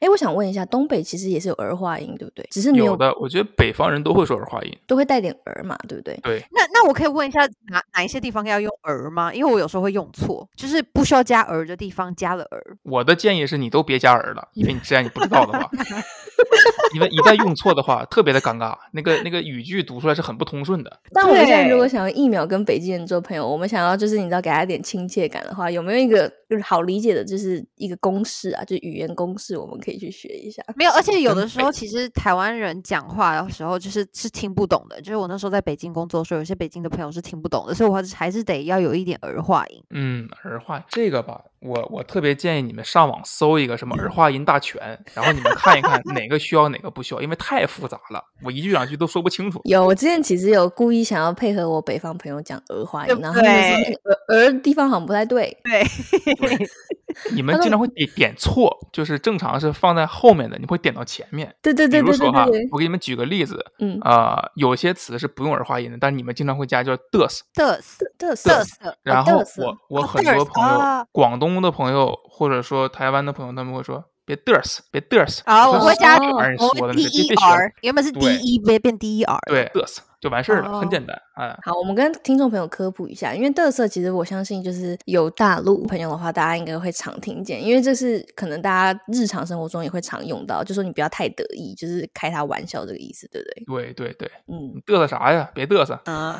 [SPEAKER 1] 哎，我想问一下，东北其实也是有儿化音，对不对？只是没
[SPEAKER 3] 有的，我觉得北方人都会说儿化音。
[SPEAKER 1] 都会带点儿嘛，对不对？
[SPEAKER 3] 对，
[SPEAKER 2] [LAUGHS] 那那我可以问一下哪哪一些地方要用儿吗？因为我有时候会用错，就是不需要加儿的地方加了儿。
[SPEAKER 3] 我的建议是你都别加儿了，因为你既然你不知道的话，
[SPEAKER 2] [LAUGHS]
[SPEAKER 3] 因为一旦用错的话，特别的尴尬，那个那个语句读出来是很不通顺的。
[SPEAKER 1] 但我们现在如果
[SPEAKER 2] 对
[SPEAKER 1] 想要一秒跟北京人做朋友，我们想要就是你知道给他一点亲切感的话，有没有一个就是好理解的，就是一个公式啊，就语言公式，我们可以去学一下。
[SPEAKER 2] 没有，而且有的
[SPEAKER 3] 东
[SPEAKER 2] 时候其实台湾人讲话的时候就是是听不懂的，就是我那时候在北京工作的时候，有些北京的朋友是听不懂的，所以我还是还是得要有一点儿化音。
[SPEAKER 3] 嗯，儿化这个吧，我我特别建议你们上网搜一个什么儿化音大全，然后你们看一看哪个需要哪个不需要，因为太复杂了，我一句两句都说不清
[SPEAKER 1] [LAUGHS]
[SPEAKER 3] 楚。
[SPEAKER 1] 有，我之前其实有故意想要配合我北方朋友讲儿化
[SPEAKER 2] 对
[SPEAKER 1] 音，
[SPEAKER 2] 不
[SPEAKER 1] 然后他们说
[SPEAKER 2] 对
[SPEAKER 1] 那个儿儿的地方好像不太对，
[SPEAKER 2] 对，
[SPEAKER 3] 你
[SPEAKER 1] 嗯
[SPEAKER 3] 们经常会点点错，就是正常是放在后面的，你会点到前面。
[SPEAKER 1] 对对
[SPEAKER 3] 比
[SPEAKER 1] 对
[SPEAKER 3] 如
[SPEAKER 1] 对
[SPEAKER 3] 说
[SPEAKER 1] 对
[SPEAKER 3] 哈
[SPEAKER 1] 对对，，
[SPEAKER 3] 我给你们举个例子，
[SPEAKER 1] 嗯
[SPEAKER 3] 啊，有些词是不用儿化音的，但是你们经常会加叫
[SPEAKER 1] 哦
[SPEAKER 3] des，
[SPEAKER 2] 的
[SPEAKER 1] 嘚
[SPEAKER 2] 瑟
[SPEAKER 1] 瑟
[SPEAKER 2] 瑟，
[SPEAKER 3] 然后
[SPEAKER 1] des
[SPEAKER 3] 我我
[SPEAKER 2] 哦
[SPEAKER 3] 很多
[SPEAKER 2] ，des，
[SPEAKER 3] 朋友
[SPEAKER 2] 啊，
[SPEAKER 3] 广东的朋友或者说台湾的朋友，他们会说别 des，别 des，
[SPEAKER 2] 啊
[SPEAKER 3] 我
[SPEAKER 2] 我
[SPEAKER 3] 说
[SPEAKER 2] 会加
[SPEAKER 3] 什
[SPEAKER 1] 嗯
[SPEAKER 3] 么玩意儿
[SPEAKER 2] 我
[SPEAKER 3] 说
[SPEAKER 2] 会
[SPEAKER 3] 的，
[SPEAKER 2] d
[SPEAKER 3] 你别
[SPEAKER 2] e
[SPEAKER 3] 别学了
[SPEAKER 2] r，原本是 d
[SPEAKER 3] 对
[SPEAKER 2] e v 变 d e r，
[SPEAKER 3] 对 des 就完事儿了，很
[SPEAKER 2] 哦
[SPEAKER 3] 简单，哎，
[SPEAKER 1] 好，我们跟听众朋友科普一下，因为嘚瑟其实我相信就是有大陆朋友的话，大家应该会常听见，因为这是可能大家日常生活中也会常用到，就说你不要太得意，就是开他玩笑这个意思，对不对？
[SPEAKER 3] 对对对，
[SPEAKER 1] 嗯
[SPEAKER 3] 你，嘚瑟啥呀？别嘚瑟，
[SPEAKER 2] 啊，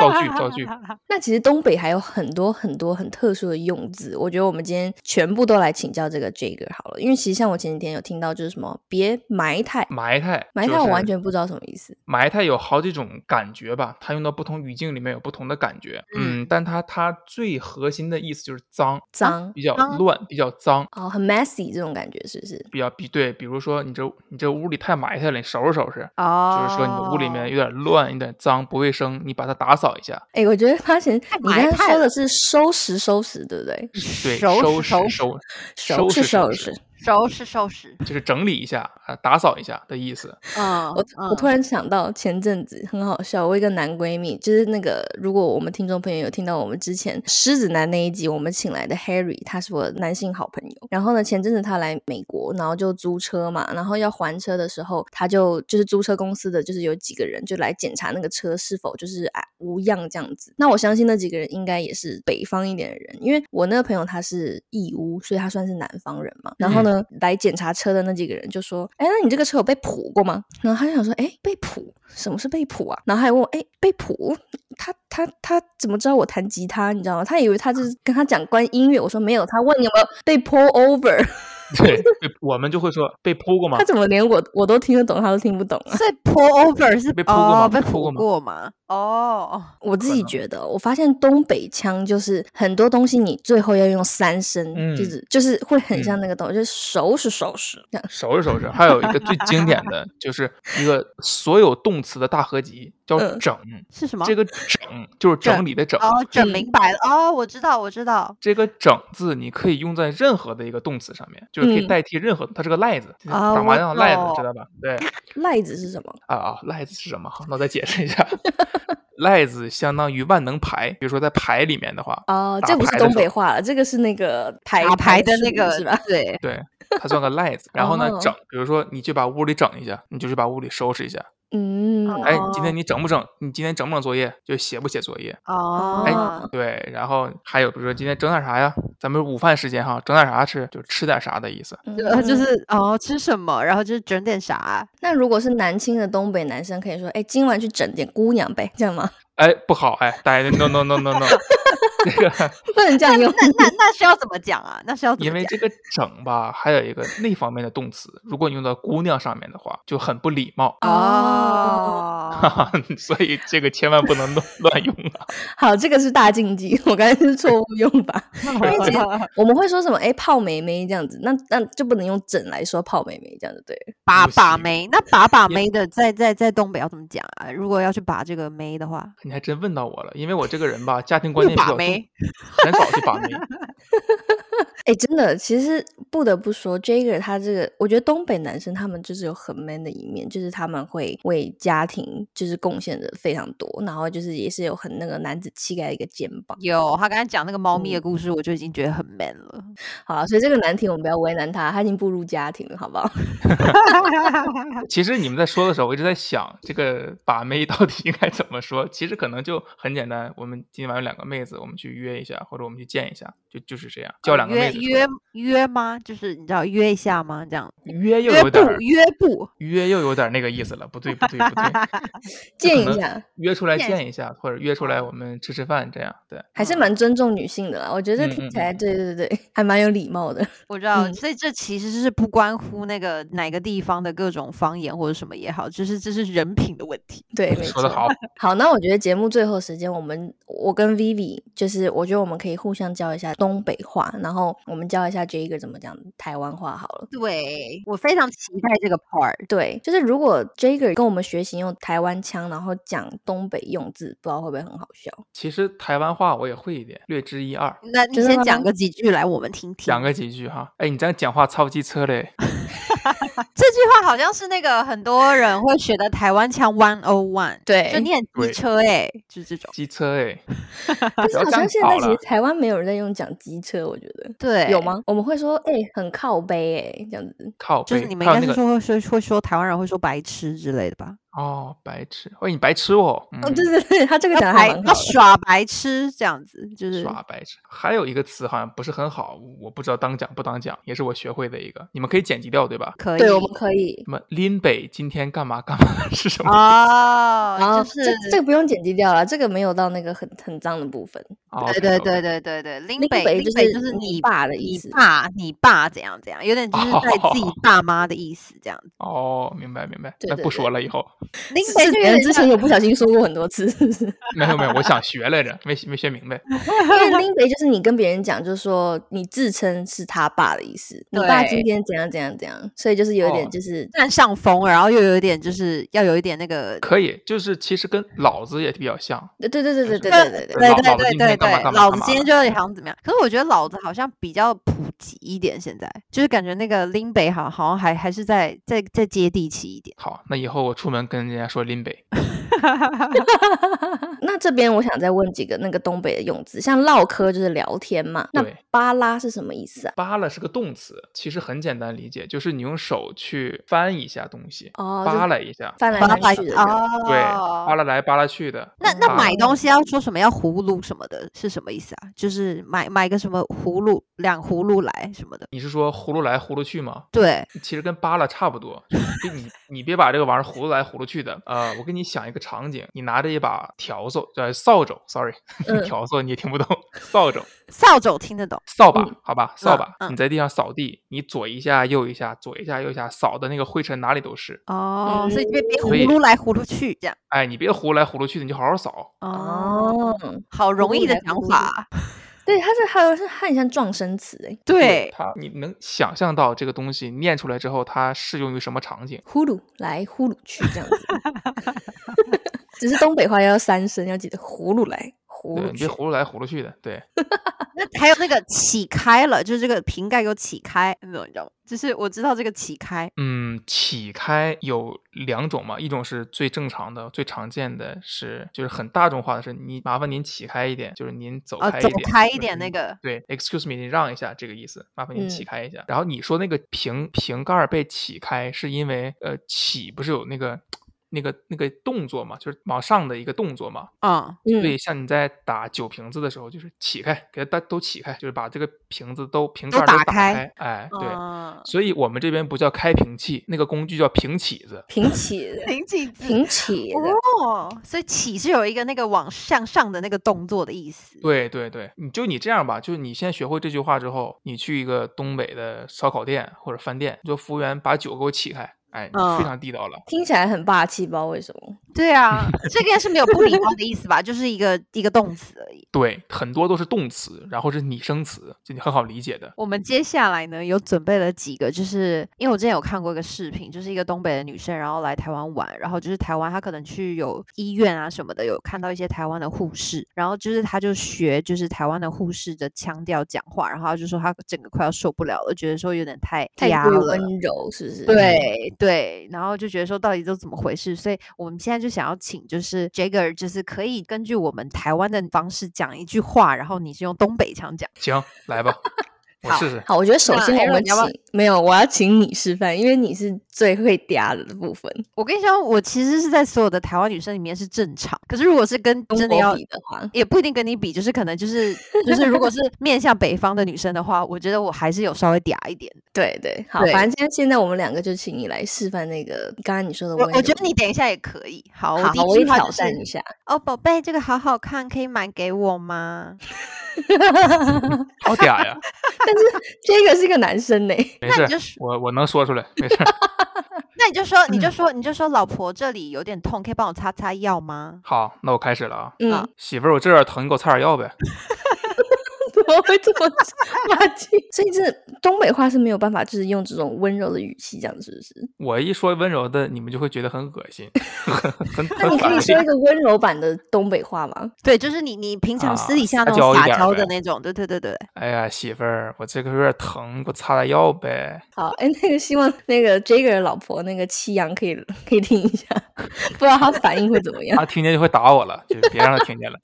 [SPEAKER 3] 造句
[SPEAKER 1] [LAUGHS]
[SPEAKER 3] 造句，
[SPEAKER 1] 那其实东北还有很多很多很特殊的用字，我觉得我们今天全部都来请教这个 Jagger 好了，因为其实像我前几天有听到就是什么别埋汰，
[SPEAKER 2] 嗯
[SPEAKER 3] 埋汰，
[SPEAKER 1] 埋
[SPEAKER 3] 就
[SPEAKER 1] 汰我
[SPEAKER 3] 是
[SPEAKER 1] 完全不知道什么意思，
[SPEAKER 3] 埋汰有好几种感觉吧，它用到不同语境里面有不同的感觉。
[SPEAKER 2] 嗯
[SPEAKER 3] 嗯，但它它最核心的意思就是脏，
[SPEAKER 1] 脏
[SPEAKER 3] 比较
[SPEAKER 2] 脏
[SPEAKER 3] 乱，比较脏，
[SPEAKER 2] 啊
[SPEAKER 1] 哦，很 messy 这种感觉是不是？
[SPEAKER 3] 比较比对。比如说你这你这屋里太埋汰了，你收拾收拾。
[SPEAKER 2] 哦，
[SPEAKER 3] 就是说你的屋里面有
[SPEAKER 1] 哦
[SPEAKER 3] 点乱，有点脏，不卫生，你把它打扫一下。
[SPEAKER 1] 哎，我觉得发现你
[SPEAKER 2] 埋
[SPEAKER 1] 刚才
[SPEAKER 2] 汰
[SPEAKER 1] 说
[SPEAKER 2] 了
[SPEAKER 1] 的是收拾收拾，对不对？
[SPEAKER 3] 对，
[SPEAKER 2] 收
[SPEAKER 3] 收
[SPEAKER 2] 拾收
[SPEAKER 3] 拾
[SPEAKER 2] 拾
[SPEAKER 3] 收
[SPEAKER 1] 收拾
[SPEAKER 3] 拾
[SPEAKER 1] 收
[SPEAKER 3] 拾
[SPEAKER 1] 拾。，
[SPEAKER 2] 收拾收拾，
[SPEAKER 3] 就是整理一下啊，打扫一下的意思。
[SPEAKER 2] 嗯，
[SPEAKER 1] 我我突
[SPEAKER 2] 然
[SPEAKER 1] 然想到前阵子很好笑，我一个男闺蜜，就是那个如果我们听众朋友有听到我们之前狮子男那一集，我们请来的 Harry，他是我的男性好朋友。然后呢，前阵子他来美国，然后就租车嘛，然后要还车的时候，他就就是租车公司的就是有几个人就来检查那个车是否就是啊无恙这样子。那我相信那几个人应该也是北方一点的人，因为我那个朋友他是义乌，所以他算是南方人嘛。然后呢，来检查车的那几个人就说：“哎，那你这个车有被普过吗？”然后他就想说：“哎，被普什么是被普啊？”然后还问我：“哎，被普他他他怎么知道我弹吉他？你知道吗？他以为他就是跟他讲关于音乐，我说没有，他问你有没有被 pull
[SPEAKER 3] [LAUGHS]
[SPEAKER 1] over，
[SPEAKER 3] 对，被我们就会说被扑过吗
[SPEAKER 1] 他？怎么连我我都听得懂，他都听不懂啊？
[SPEAKER 2] 所以 pull over 是
[SPEAKER 3] 被 pull 过吗
[SPEAKER 2] 哦被
[SPEAKER 3] 被 pull 过
[SPEAKER 2] pull
[SPEAKER 3] 吗
[SPEAKER 2] 过吗？哦，
[SPEAKER 1] 我自
[SPEAKER 3] 可
[SPEAKER 1] 己
[SPEAKER 3] 能
[SPEAKER 1] 觉得，我发现东北腔就是很多东西你最后要用三声，
[SPEAKER 3] 嗯
[SPEAKER 1] 就是就是会很像那个东西，就是收拾收拾这样。
[SPEAKER 3] 收拾收拾。还有一个最经典的就是一个所有动词的大合集，叫
[SPEAKER 1] 嗯
[SPEAKER 3] 整。
[SPEAKER 2] 是什么？
[SPEAKER 3] 这个整就是整理的整，
[SPEAKER 2] 哦，整
[SPEAKER 1] 嗯
[SPEAKER 2] 明白了。哦，我知道，我知道。
[SPEAKER 3] 这个整字你可以用在任何的一个动词上面，就是可
[SPEAKER 1] 嗯
[SPEAKER 3] 以代替任何，它是个赖字，就是
[SPEAKER 2] 啊
[SPEAKER 3] 打
[SPEAKER 2] 我
[SPEAKER 3] 麻将的赖子，
[SPEAKER 2] 懂
[SPEAKER 3] 知道吧？对。
[SPEAKER 1] 赖子是什么？
[SPEAKER 3] 啊啊，赖子是什么？好，那我再解释一下， [LAUGHS] 赖子相当于万能牌，比如说在牌里面的话，
[SPEAKER 1] 哦、
[SPEAKER 3] 打
[SPEAKER 1] 这不是
[SPEAKER 3] 牌的
[SPEAKER 1] 东
[SPEAKER 3] 时
[SPEAKER 1] 北
[SPEAKER 3] 候
[SPEAKER 1] 话了，这个是那个牌
[SPEAKER 2] 打牌的那
[SPEAKER 1] 术
[SPEAKER 2] 个
[SPEAKER 1] 是吧？
[SPEAKER 2] 对，
[SPEAKER 3] 对，它算个赖子。然后呢
[SPEAKER 1] 哦，
[SPEAKER 3] 整，比如说你去把屋里整一下，你就去把屋里收拾一下。
[SPEAKER 1] 嗯，
[SPEAKER 3] 哎，
[SPEAKER 2] 哦
[SPEAKER 3] 今天你整不整？你今天整不整作业？就写不写作业？哎
[SPEAKER 2] [LAUGHS] 哦，
[SPEAKER 3] 对，然后还有比如说今天整点啥呀？咱们午饭时间哈，整点啥吃？就吃点啥的意思。
[SPEAKER 2] 呃，
[SPEAKER 1] 嗯
[SPEAKER 2] 就是哦，吃什么，然后就是整点啥，啊
[SPEAKER 1] 那如果是南青的东北男生，可以说，哎，今晚去整点姑娘呗，这样吗？ [LAUGHS]
[SPEAKER 3] 哎，不好，哎，大家 no no no
[SPEAKER 2] [LAUGHS]
[SPEAKER 3] no no，这个
[SPEAKER 1] 不能这样 [LAUGHS] 用。
[SPEAKER 2] 那那 [LAUGHS] 那是要怎么讲啊？那是要怎
[SPEAKER 3] 因
[SPEAKER 2] 么
[SPEAKER 3] 为
[SPEAKER 2] 讲？
[SPEAKER 3] 这个整吧，还有一个那方面的动词，如果你用到姑娘上面的话，就很不礼貌。 [LAUGHS] 哈 [LAUGHS]
[SPEAKER 2] 哦，
[SPEAKER 3] 哈，所以这个千万不能乱乱用啊！
[SPEAKER 1] 好，这个是大禁忌，我刚才是错误用法。为
[SPEAKER 2] [LAUGHS]
[SPEAKER 1] 其实 [LAUGHS] 我们会说什么？哎，泡妹妹这样子，那那就不能用整来说泡妹妹这样子，对了。
[SPEAKER 2] 把
[SPEAKER 3] 不
[SPEAKER 2] 把
[SPEAKER 3] 行
[SPEAKER 2] 妹，那把把
[SPEAKER 3] 因
[SPEAKER 2] 妹的在在在东北要怎么讲啊？如果要去把这个妹的话，
[SPEAKER 3] 你还真问到我了，因为我这个人吧，家庭观
[SPEAKER 2] 又
[SPEAKER 3] 念比
[SPEAKER 2] 把
[SPEAKER 3] 较重，
[SPEAKER 2] 妹，
[SPEAKER 3] 很少去把妹。
[SPEAKER 1] 哎，真的，其实不得不说，Jagger 他这个，我觉得东北男生他们就是有很 man 的一面，就是他们会为家庭就是贡献的非常多，然后就是也是有很那个男子气概的一个肩膀。
[SPEAKER 2] 有他刚才讲那个猫咪的
[SPEAKER 1] 嗯
[SPEAKER 2] 故事，我就已经觉得很 man 了。
[SPEAKER 1] 好了，所以这个难题我们不要为难他，他已经步入家庭了，好不好？
[SPEAKER 3] 其实你们在说的时候，我一直在想这个把妹到底应该怎么说。其实可能就很简单，我们今晚有两个妹子，我们去约一下，或者我们去见一下，就就是这样，叫两个
[SPEAKER 2] 约
[SPEAKER 3] 妹子出
[SPEAKER 2] 约
[SPEAKER 3] 来
[SPEAKER 2] 约吗？就是你知道约一下吗？这样
[SPEAKER 3] 约又
[SPEAKER 2] 约
[SPEAKER 3] 有
[SPEAKER 2] 不
[SPEAKER 3] 点儿
[SPEAKER 2] 约不？
[SPEAKER 3] 约又有点儿那个意思了，不对不对不对，
[SPEAKER 2] [LAUGHS]
[SPEAKER 1] 见
[SPEAKER 3] 可
[SPEAKER 1] 一
[SPEAKER 3] 能
[SPEAKER 1] 下，
[SPEAKER 3] 约出来
[SPEAKER 2] 见
[SPEAKER 3] 见一下，或者约出来我们吃吃饭，这样对。
[SPEAKER 1] 还是蛮尊重女性的啦。我觉得
[SPEAKER 3] 嗯
[SPEAKER 1] 听
[SPEAKER 3] 嗯
[SPEAKER 1] 起来，对对对，还蛮有礼貌的。
[SPEAKER 2] 我知道，
[SPEAKER 1] 嗯
[SPEAKER 2] 所以这其实是不关乎那个哪个地方的各种方言或者什么也好，就是这是人品的问题。
[SPEAKER 3] [LAUGHS]
[SPEAKER 1] 对，没
[SPEAKER 3] 说的
[SPEAKER 1] 错
[SPEAKER 3] 好，
[SPEAKER 1] 好，那我觉得节目最后时间，我们我跟 Vivi，就是我觉得我们可以互相教一下东北话，然后我们教一下 Jager 怎么讲台湾话好了。
[SPEAKER 2] 对我非常期待这个 part。
[SPEAKER 1] 对，就是如果 Jager 跟我们学习用台湾腔，然后讲东北用字，不知道会不会很好笑？
[SPEAKER 3] 其实台湾话我也会一点，略知一二。
[SPEAKER 2] 那你
[SPEAKER 1] 真的
[SPEAKER 2] 先讲
[SPEAKER 1] 吗
[SPEAKER 2] 个几句来，我们听听。
[SPEAKER 3] 讲个几句哈。哎，你这样讲话超机车嘞！
[SPEAKER 2] 这句话好像是那个很多人会学的台湾腔 one o one，
[SPEAKER 1] 对
[SPEAKER 2] 就
[SPEAKER 3] [LAUGHS]
[SPEAKER 2] 念机
[SPEAKER 3] 对
[SPEAKER 2] 车哎、就是这种。
[SPEAKER 3] 机车哎，
[SPEAKER 1] 但是
[SPEAKER 3] 要
[SPEAKER 1] 好
[SPEAKER 3] 这样
[SPEAKER 1] 像现在
[SPEAKER 3] 搞
[SPEAKER 1] 其实
[SPEAKER 3] 了
[SPEAKER 1] 台湾没有人在用讲机车，我觉得
[SPEAKER 2] 对，
[SPEAKER 1] 有？吗？我们会说哎、很靠背哎、这样子。
[SPEAKER 3] 靠
[SPEAKER 2] 就
[SPEAKER 3] 背，
[SPEAKER 2] 是你们
[SPEAKER 3] 还
[SPEAKER 2] 应
[SPEAKER 3] 有
[SPEAKER 2] 该
[SPEAKER 3] 那
[SPEAKER 2] 是
[SPEAKER 3] 个
[SPEAKER 2] 说会说会说台湾人会说白痴之类的吧？
[SPEAKER 3] 哦，白痴，喂，你白痴哦，嗯
[SPEAKER 1] 哦，对对对，他这个
[SPEAKER 2] 要
[SPEAKER 1] 讲的还
[SPEAKER 2] 白
[SPEAKER 1] 蛮好
[SPEAKER 2] 要
[SPEAKER 1] 的。
[SPEAKER 2] 耍白痴这样子，就是
[SPEAKER 3] 耍白痴。还有一个词好像不是很好，我不知道当讲不当讲，也是我学会的一个，你们可以剪辑掉对吧？
[SPEAKER 2] 可以
[SPEAKER 1] 对，我们可以。
[SPEAKER 3] 什么林北今天干嘛干嘛 [LAUGHS] 是什么？
[SPEAKER 2] 哦，
[SPEAKER 1] [LAUGHS] 哦，
[SPEAKER 2] 就是
[SPEAKER 1] 这这个不用剪辑掉了，这个没有到那个很很脏的部分。
[SPEAKER 3] 哦
[SPEAKER 2] 对
[SPEAKER 3] OK，
[SPEAKER 2] 对
[SPEAKER 3] OK
[SPEAKER 2] 对对对对，林
[SPEAKER 1] 林
[SPEAKER 2] 北
[SPEAKER 1] 北
[SPEAKER 2] 林
[SPEAKER 1] 就
[SPEAKER 2] 北
[SPEAKER 1] 是
[SPEAKER 2] 就是
[SPEAKER 1] 你
[SPEAKER 2] 你
[SPEAKER 1] 爸的意
[SPEAKER 2] 你
[SPEAKER 1] 思
[SPEAKER 2] 爸你爸怎样怎样，有点
[SPEAKER 3] [LAUGHS]
[SPEAKER 2] 就是带自己爸妈的意思这样。
[SPEAKER 3] 哦，明白明白，
[SPEAKER 1] 对
[SPEAKER 3] 那
[SPEAKER 1] 对
[SPEAKER 3] 不
[SPEAKER 1] 对
[SPEAKER 3] 说了，以后
[SPEAKER 2] 林
[SPEAKER 1] 是
[SPEAKER 2] 北
[SPEAKER 1] 是
[SPEAKER 2] 就有
[SPEAKER 1] 别人
[SPEAKER 2] 点
[SPEAKER 1] 之
[SPEAKER 2] 像
[SPEAKER 1] 前有不小心说过很多
[SPEAKER 2] [LAUGHS]
[SPEAKER 1] 次，是不是？
[SPEAKER 3] 没有没有，我想学来着，没没学明白。
[SPEAKER 1] 因为拎北就是你跟别人讲，就是说你自称是他爸的意思，你爸今
[SPEAKER 2] 对
[SPEAKER 1] 天怎样怎样怎样，所以就是有一点
[SPEAKER 3] 哦
[SPEAKER 1] 就是、
[SPEAKER 2] 占上风，然后又有一点就是要有一点那个
[SPEAKER 3] 可以，就是其实跟老子也比较像，
[SPEAKER 1] 对对对对对对
[SPEAKER 2] 对
[SPEAKER 1] 对对对。
[SPEAKER 2] 对
[SPEAKER 3] 老
[SPEAKER 2] 对
[SPEAKER 3] 老子
[SPEAKER 2] 对
[SPEAKER 3] 今天
[SPEAKER 2] 对
[SPEAKER 3] 干嘛
[SPEAKER 2] 对，
[SPEAKER 3] 干嘛
[SPEAKER 2] 老子
[SPEAKER 3] 干嘛
[SPEAKER 2] 今天
[SPEAKER 3] 了
[SPEAKER 2] 就好像怎么样？可是我觉得老子好像比较普及一点，现在就是感觉那个林北好好像还还是在在在接地气
[SPEAKER 1] [LAUGHS]
[SPEAKER 2] 一点。
[SPEAKER 3] 好，那以后我出门跟人家说林北，
[SPEAKER 2] [LAUGHS]
[SPEAKER 1] 那这边我想再问几个那个东北的用字，像唠嗑就是聊天嘛，那
[SPEAKER 3] 对
[SPEAKER 1] 巴拉是什么意思啊？
[SPEAKER 3] 扒拉是个动词，其实很简单理解，就是你用手去翻一下东西，
[SPEAKER 1] 哦，
[SPEAKER 3] 扒
[SPEAKER 1] 就
[SPEAKER 3] 拉一下，
[SPEAKER 1] 翻来
[SPEAKER 2] 巴拉
[SPEAKER 1] 翻去的这样。
[SPEAKER 3] 对，扒
[SPEAKER 2] 哦，
[SPEAKER 3] 拉来扒拉去的。啊
[SPEAKER 2] 那那
[SPEAKER 3] 扒
[SPEAKER 2] 买东西要说什么要葫芦什么的，是什么意思啊？就是买买个什么葫芦两葫芦来什么的。
[SPEAKER 3] 你是说葫芦来葫芦去吗？
[SPEAKER 2] 对，
[SPEAKER 3] 其实跟扒拉差不多，就是你你别把这个玩意儿葫芦来葫芦去的。呃，我给你想一个场景，你拿着一把笤帚，呃，扫帚，sorry，
[SPEAKER 1] 嗯
[SPEAKER 3] [LAUGHS] 笤帚你也听不懂，扫帚，
[SPEAKER 2] 扫帚听得懂，
[SPEAKER 3] 扫把
[SPEAKER 1] 嗯，
[SPEAKER 3] 好吧，扫
[SPEAKER 2] 嗯
[SPEAKER 3] 把，
[SPEAKER 2] 嗯
[SPEAKER 3] 你在地上扫地，你左一下右一下，左一下右一下，扫的那个灰尘哪里都是。
[SPEAKER 2] 哦，所以你
[SPEAKER 1] 嗯
[SPEAKER 2] 别别
[SPEAKER 3] 所以
[SPEAKER 2] 葫芦来葫芦去这样，
[SPEAKER 3] 哎，你别胡来糊涂去的，你就好好扫。
[SPEAKER 1] 哦，
[SPEAKER 2] 好容易的
[SPEAKER 1] 来
[SPEAKER 2] 想
[SPEAKER 1] 葫芦
[SPEAKER 2] 法，啊
[SPEAKER 1] 对，它是还有是它很像撞声词哎，
[SPEAKER 2] 对，
[SPEAKER 3] 它你能想象到这个东西念出来之后，它适用于什么场景？
[SPEAKER 1] 呼噜来呼噜去这样子，只是东北话要三声，要记得呼噜来呼
[SPEAKER 3] 对，
[SPEAKER 1] 噜
[SPEAKER 3] 你
[SPEAKER 1] 去
[SPEAKER 3] 别。葫芦来葫芦去的。对，
[SPEAKER 2] 那还有那个起开了，就是这个瓶盖给我起开，那种你知道吗？就是我知道这个起开，
[SPEAKER 3] 嗯，起开有两种嘛，一种是最正常的、最常见的是，就是很大众化的是，你麻烦您起开一点，就是您走
[SPEAKER 2] 哦
[SPEAKER 3] 开一
[SPEAKER 2] 走
[SPEAKER 3] 点，嗯
[SPEAKER 2] 开一
[SPEAKER 3] 或者
[SPEAKER 2] 点那
[SPEAKER 3] 您
[SPEAKER 2] 个
[SPEAKER 3] 对，excuse me，您让一下这个意思，麻烦您起
[SPEAKER 1] 嗯
[SPEAKER 3] 开一下。然后你说那个瓶瓶盖儿被起开，是因为呃起不是有那个那个那个动作嘛，就是往上的一个动作嘛，
[SPEAKER 2] 嗯，
[SPEAKER 3] 所
[SPEAKER 1] 嗯，
[SPEAKER 3] 以像你在打酒瓶子的时候，就是起开，给它都起开，就是把这个瓶子都瓶
[SPEAKER 2] 都
[SPEAKER 3] 盖儿都
[SPEAKER 2] 打
[SPEAKER 3] 打
[SPEAKER 2] 开
[SPEAKER 3] 开哎，对。
[SPEAKER 2] 嗯
[SPEAKER 3] 所以我们这边不叫开瓶器，那个工具叫瓶起子。
[SPEAKER 1] 平起的
[SPEAKER 2] 挺紧致
[SPEAKER 1] 平起的，
[SPEAKER 2] 哦，所以起是有一个那个往向上的那个动作的意思。
[SPEAKER 3] 对对对，你就你这样吧，就是你先学会这句话之后，你去一个东北的烧烤店或者饭店，你说服务员把酒给我起开，哎，你就
[SPEAKER 2] 嗯
[SPEAKER 3] 非常地道了。
[SPEAKER 1] 听起来很霸气，不知道为什么。
[SPEAKER 2] 对啊， [LAUGHS] 这个是没有不礼貌的意思吧？就是一个一个动词而已。
[SPEAKER 3] 对，很多都是动词，然后是拟声词，就你很好理解的。
[SPEAKER 2] 我们接下来呢，有准备了几个，就是因为我之前有看过一个视频，就是一个东北的女生，然后来台湾玩，然后就是台湾她可能去有医院啊什么的，有看到一些台湾的护士，然后就是她就学就是台湾的护士的腔调讲话，然后她就说她整个快要受不了了，觉得说有点太
[SPEAKER 1] 太
[SPEAKER 2] 压
[SPEAKER 1] 过于
[SPEAKER 2] 了。
[SPEAKER 1] 温柔，是不
[SPEAKER 2] 嗯
[SPEAKER 1] 是？，
[SPEAKER 2] 对对，然后就觉得说到底都怎么回事，所以我们现在就想要请就是 Jagger，就是可以根据我们台湾的方式讲一句话，然后你是用东北腔讲。
[SPEAKER 3] 行，来吧，我
[SPEAKER 2] 好
[SPEAKER 3] 试试。
[SPEAKER 1] 好，我觉得首
[SPEAKER 2] 那
[SPEAKER 1] 先我
[SPEAKER 2] Aaron，
[SPEAKER 1] 们
[SPEAKER 2] 你
[SPEAKER 1] 请
[SPEAKER 2] 要不要
[SPEAKER 1] 没有，我要请你示范，因为你是最会嗲的部分。
[SPEAKER 2] 我跟你说，我其实是在所有的台湾女生里面是正常，可是如果是跟
[SPEAKER 1] 中
[SPEAKER 2] 真的
[SPEAKER 1] 国
[SPEAKER 2] 要
[SPEAKER 1] 比。的话，
[SPEAKER 2] 也不一定跟你比，就是可能 [LAUGHS] 就是就是，如果是面向北方的女生的话，我觉得我还是有稍微嗲一点。
[SPEAKER 1] 对对，好，
[SPEAKER 2] 对
[SPEAKER 1] 反正今天现在我们两个就请你来示范那个刚才你说的
[SPEAKER 2] 我
[SPEAKER 1] 温柔。
[SPEAKER 2] 我觉得你等一下也可以。好，
[SPEAKER 1] 好，
[SPEAKER 2] 第一
[SPEAKER 1] 我也
[SPEAKER 2] 句话
[SPEAKER 1] 挑
[SPEAKER 2] 就
[SPEAKER 1] 战
[SPEAKER 2] 是
[SPEAKER 1] 一下。
[SPEAKER 2] 哦，宝贝，这个好好看，可以买给我吗？
[SPEAKER 3] 好嗲呀，
[SPEAKER 1] 这个是个男生呢，
[SPEAKER 3] 没
[SPEAKER 2] 那你
[SPEAKER 3] 事
[SPEAKER 2] 就
[SPEAKER 3] 儿，
[SPEAKER 2] 是
[SPEAKER 3] 我我能说出来，没事儿。
[SPEAKER 2] 那你就说，你
[SPEAKER 3] 嗯
[SPEAKER 2] 就说，你就说，老婆这里有点痛，可以帮我擦擦药吗？
[SPEAKER 3] 好，那我开始了啊。
[SPEAKER 1] 嗯，
[SPEAKER 2] 啊
[SPEAKER 3] 媳妇儿，我这点疼，你给我擦点药呗。
[SPEAKER 1] [LAUGHS] 怎么会这么 [LAUGHS] 垃圾？所以真的东北话是没有办法，就是用这种温柔的语气讲，是不是？
[SPEAKER 3] 我一说温柔的，你们就会觉得很恶心， [LAUGHS] 很很
[SPEAKER 1] 那
[SPEAKER 3] 很
[SPEAKER 1] 你
[SPEAKER 3] 啊
[SPEAKER 1] 可以
[SPEAKER 3] 反
[SPEAKER 1] 说一
[SPEAKER 3] 胃。
[SPEAKER 1] 个温柔版的东北话吗？
[SPEAKER 2] 对，就是你你平常私底
[SPEAKER 3] 啊
[SPEAKER 2] 下那种
[SPEAKER 3] 撒娇一
[SPEAKER 2] 撒
[SPEAKER 3] 点儿
[SPEAKER 2] 娇的
[SPEAKER 3] 呗
[SPEAKER 2] 那种，对对对对。
[SPEAKER 3] 哎呀，媳妇儿，我这个有点疼，给我擦点药呗。
[SPEAKER 1] 好，哎，那个希望那个 Jagger 的老婆那个七阳可以可以听一下，不知道
[SPEAKER 3] 啊
[SPEAKER 1] 她反应会怎么样。
[SPEAKER 3] [LAUGHS] 他听见就会打我了，就别让他听见了。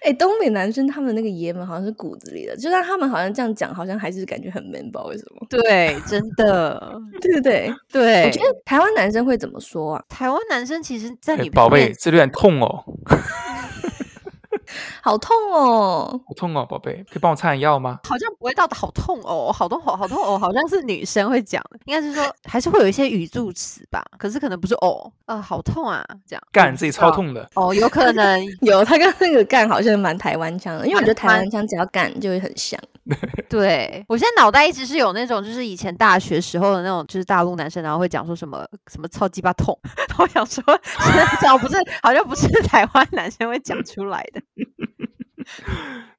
[SPEAKER 1] 哎，东北男生他们那个爷们好像是骨子里的，就算他们好像这样讲，好像还是感觉很 man，不知道为什么。
[SPEAKER 2] [LAUGHS] 对，真的，
[SPEAKER 1] 对对嗯对，
[SPEAKER 2] 对。
[SPEAKER 1] 我觉得台湾男生会怎么说啊？
[SPEAKER 2] 台湾男生其实，在
[SPEAKER 3] 哎
[SPEAKER 2] 女朋
[SPEAKER 3] 宝
[SPEAKER 2] 友面
[SPEAKER 3] 贝，这有点痛哦，
[SPEAKER 1] 好痛哦！
[SPEAKER 3] 好痛哦，宝贝，可以帮我擦点药吗？
[SPEAKER 2] 好像不会到好痛哦，好痛哦，好痛哦，好像是女生会讲的，应该是
[SPEAKER 3] [LAUGHS]
[SPEAKER 2] 说还是会有一些语助词吧，可是可能不是哦，呃，好痛啊，这样
[SPEAKER 3] 干，自己超
[SPEAKER 2] 道
[SPEAKER 3] 痛的。
[SPEAKER 2] 哦，有可能
[SPEAKER 1] 有他刚那个干好像蛮台湾腔的，因为我觉得台
[SPEAKER 2] 蛮
[SPEAKER 1] 湾腔只要干就会很像。
[SPEAKER 2] 对我现在脑袋一直是有那种，就是以前大学时候的那种，就是大陆男生，然后会讲说什么什么操鸡巴痛， [LAUGHS] 然后我想说，现在讲不是好像不是台湾男生会讲出来的，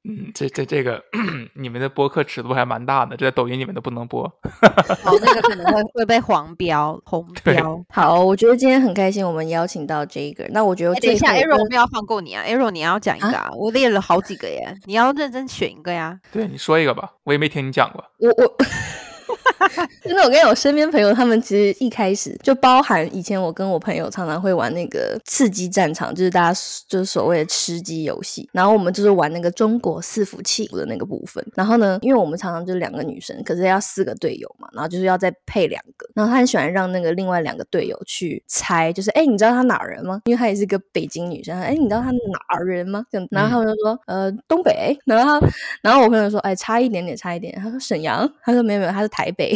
[SPEAKER 3] 嗯，这这这个， [CLEARS THROAT] 你们的播客尺度还蛮大的，这在抖音你们都不能播。
[SPEAKER 2] 哦，那个可能会会被黄标红
[SPEAKER 3] 对
[SPEAKER 2] 标。
[SPEAKER 1] 好，我觉得今天很开心，我们邀请到 Jagger。那我觉得
[SPEAKER 2] 哎等
[SPEAKER 1] 最
[SPEAKER 2] 一下
[SPEAKER 1] 后
[SPEAKER 2] ，Arrow
[SPEAKER 1] 跟
[SPEAKER 2] 我没有放过你啊，Arrow 你要讲一
[SPEAKER 1] 啊
[SPEAKER 2] 个啊，我列了好几个耶，你要认真选一个呀。
[SPEAKER 3] 对，你说一个吧，我也没听你讲过。
[SPEAKER 1] 我我。真的，我跟你讲我身边朋友，他们其实一开始就包含以前我跟我朋友常常会玩那个刺激战场，就是大家就是所谓的吃鸡游戏，然后我们就是玩那个中国伺服器的那个部分。然后呢，因为我们常常就是两个女生，可是要四个队友嘛，然后就是要再配两个。然后他很喜欢让那个另外两个队友去猜，就是哎，你知道他哪儿人吗？因为她也是个北京女生，哎，你知道他哪儿人吗？这样然后他们就说、呃东北，然后他然后我朋友说，哎，差一点点，差一点。他说沈阳，他说没有没有，他是台北。